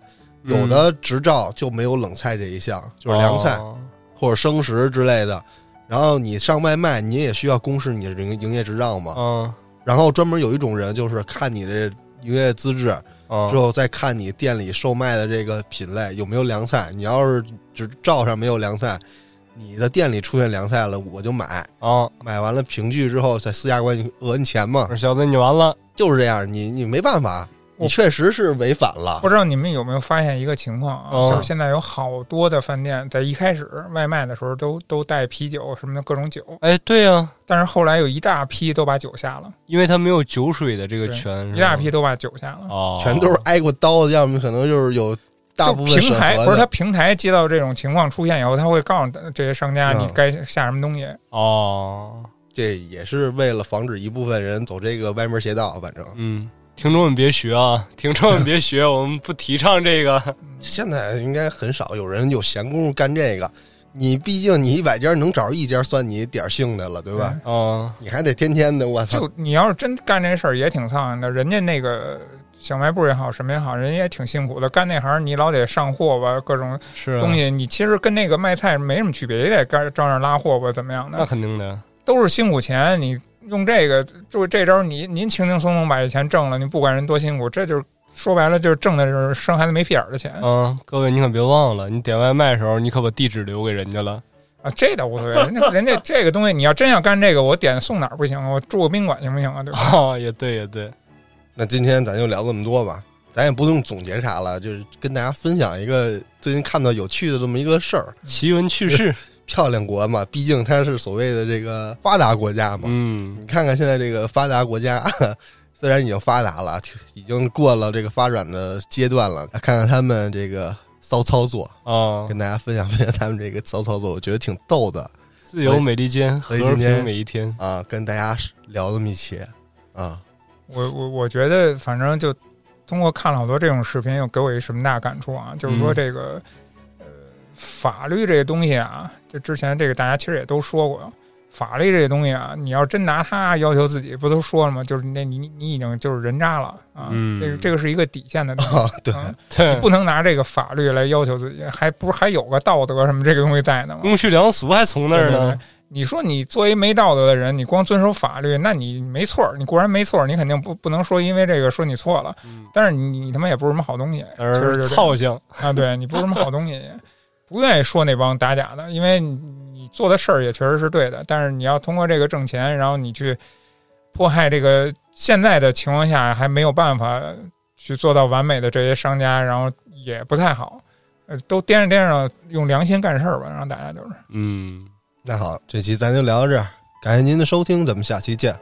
S2: 嗯
S1: 有的执照就没有冷菜这一项，就是凉菜。
S2: 哦
S1: 或者生食之类的。然后你上外卖，你也需要公示你的营营业执照嘛。
S2: 啊
S1: 然后专门有一种人，就是看你的营业资质，
S2: 啊
S1: 之，后再看你店里售卖的这个品类有没有凉菜。你要是执照上没有凉菜，你的店里出现凉菜了，我就买。
S2: 啊，
S1: 买完了凭据之后，再私下管你讹你钱嘛
S2: 我，说小子你完了，
S1: 就是这样。你你没办法，
S3: 我
S1: 你确实是违反了
S3: 不。知道你们有没有发现一个情况啊？
S2: 哦
S3: 就是现在有好多的饭店在一开始外卖的时候都都带啤酒什么的各种酒，
S2: 哎，对呀，
S3: 但是后来有一大批都把酒下了，
S2: 因为他没有酒水的这个
S3: 对
S2: 权，
S3: 一大批都把酒下了。
S2: 嗯哦，
S1: 全都是挨过刀的，要么可能就是有大
S3: 就
S1: 部分
S3: 平
S1: 审
S3: 台
S1: 核
S3: 不是他
S1: 的
S3: 平台接到这种情况出现以后，他会告诉这些商家
S1: 嗯
S3: 你该下什么东西。
S2: 哦，
S1: 这也是为了防止一部分人走这个歪门邪道。反正
S2: 嗯，听众们别学啊，听众们别学，我们不提倡这个。
S1: 现在应该很少有人有闲工夫干这个。你毕竟你一百家能找着一家算你点儿性的了，对吧？
S2: 嗯，
S1: 你还得天天的，我操！
S3: 就你要是真干这事儿也挺操心的，人家那个小卖部也好，什么也好，人家也挺辛苦的。干那行你老得上货吧，各种
S2: 是啊
S3: 东西，你其实跟那个卖菜没什么区别，也得干照样拉货吧，怎么样
S2: 那
S3: 的，
S2: 肯定的。
S3: 都是辛苦钱。你用这个，就这招你，您轻轻松松把这钱挣了，你不管人多辛苦，这就是说白了就是挣的是生孩子没屁眼儿的钱
S2: 嗯，各位你可别忘了，你点外卖的时候，你可把地址留给人家了。
S3: 啊，这倒无所谓。人家人家这个东西，你要真要干这个，我点送哪儿不行？我住个宾馆行不行啊？对吧？
S2: 哦，也对，也对。
S1: 那今天咱就聊这么多吧，咱也不用总结啥了，就是跟大家分享一个最近看到有趣的这么一个事儿。
S2: 奇闻趣事，
S1: 漂亮国嘛，毕竟它是所谓的这个发达国家嘛。
S2: 嗯，
S1: 你看看现在这个发达国家， 虽然已经发达了，已经过了这个发展的阶段了，看看他们这个骚操作，
S3: 哦
S2: 啊，
S1: 跟大家分享分享他们这个骚操作，我觉得挺逗的
S2: 自由美利坚，
S1: 所
S2: 和
S1: 以今天
S2: 平每一天。
S1: 啊，跟大家聊这么一期啊，
S3: 我我我觉得，反正就通过看了好多这种视频，又给我一什么大感触啊？就是说
S2: 嗯
S3: 这个、呃，法律这个东西啊，就之前这个大家其实也都说过，法律这个东西啊，你要真拿它要求自己，不都说了吗？就是那你你你已经就是人渣了啊！
S2: 嗯
S3: 这个这个是一个底线的东西。
S1: 啊对，
S3: 啊
S2: 对，
S3: 不能拿这个法律来要求自己，还不是还有个道德什么这个东西在呢吗？
S2: 公序良俗还从那儿
S3: 对对
S2: 呢
S3: 对。你说你作为没道德的人，你光遵守法律，那你没错儿，你固然没错儿，你肯定不不能说因为这个说你错了，
S2: 嗯
S3: 但是你你他妈也不是什么好东西，其实
S2: 而
S3: 就这
S2: 操性，
S3: 啊，对你不是什么好东西，不愿意说那帮打假的，因为你你做的事儿也确实是对的，但是你要通过这个挣钱，然后你去迫害这个现在的情况下还没有办法去做到完美的这些商家，然后也不太好，呃，都掂着掂着用良心干事儿吧，让大家就是。
S2: 嗯。
S1: 那好，这期咱就聊到这儿，感谢您的收听，咱们下期见，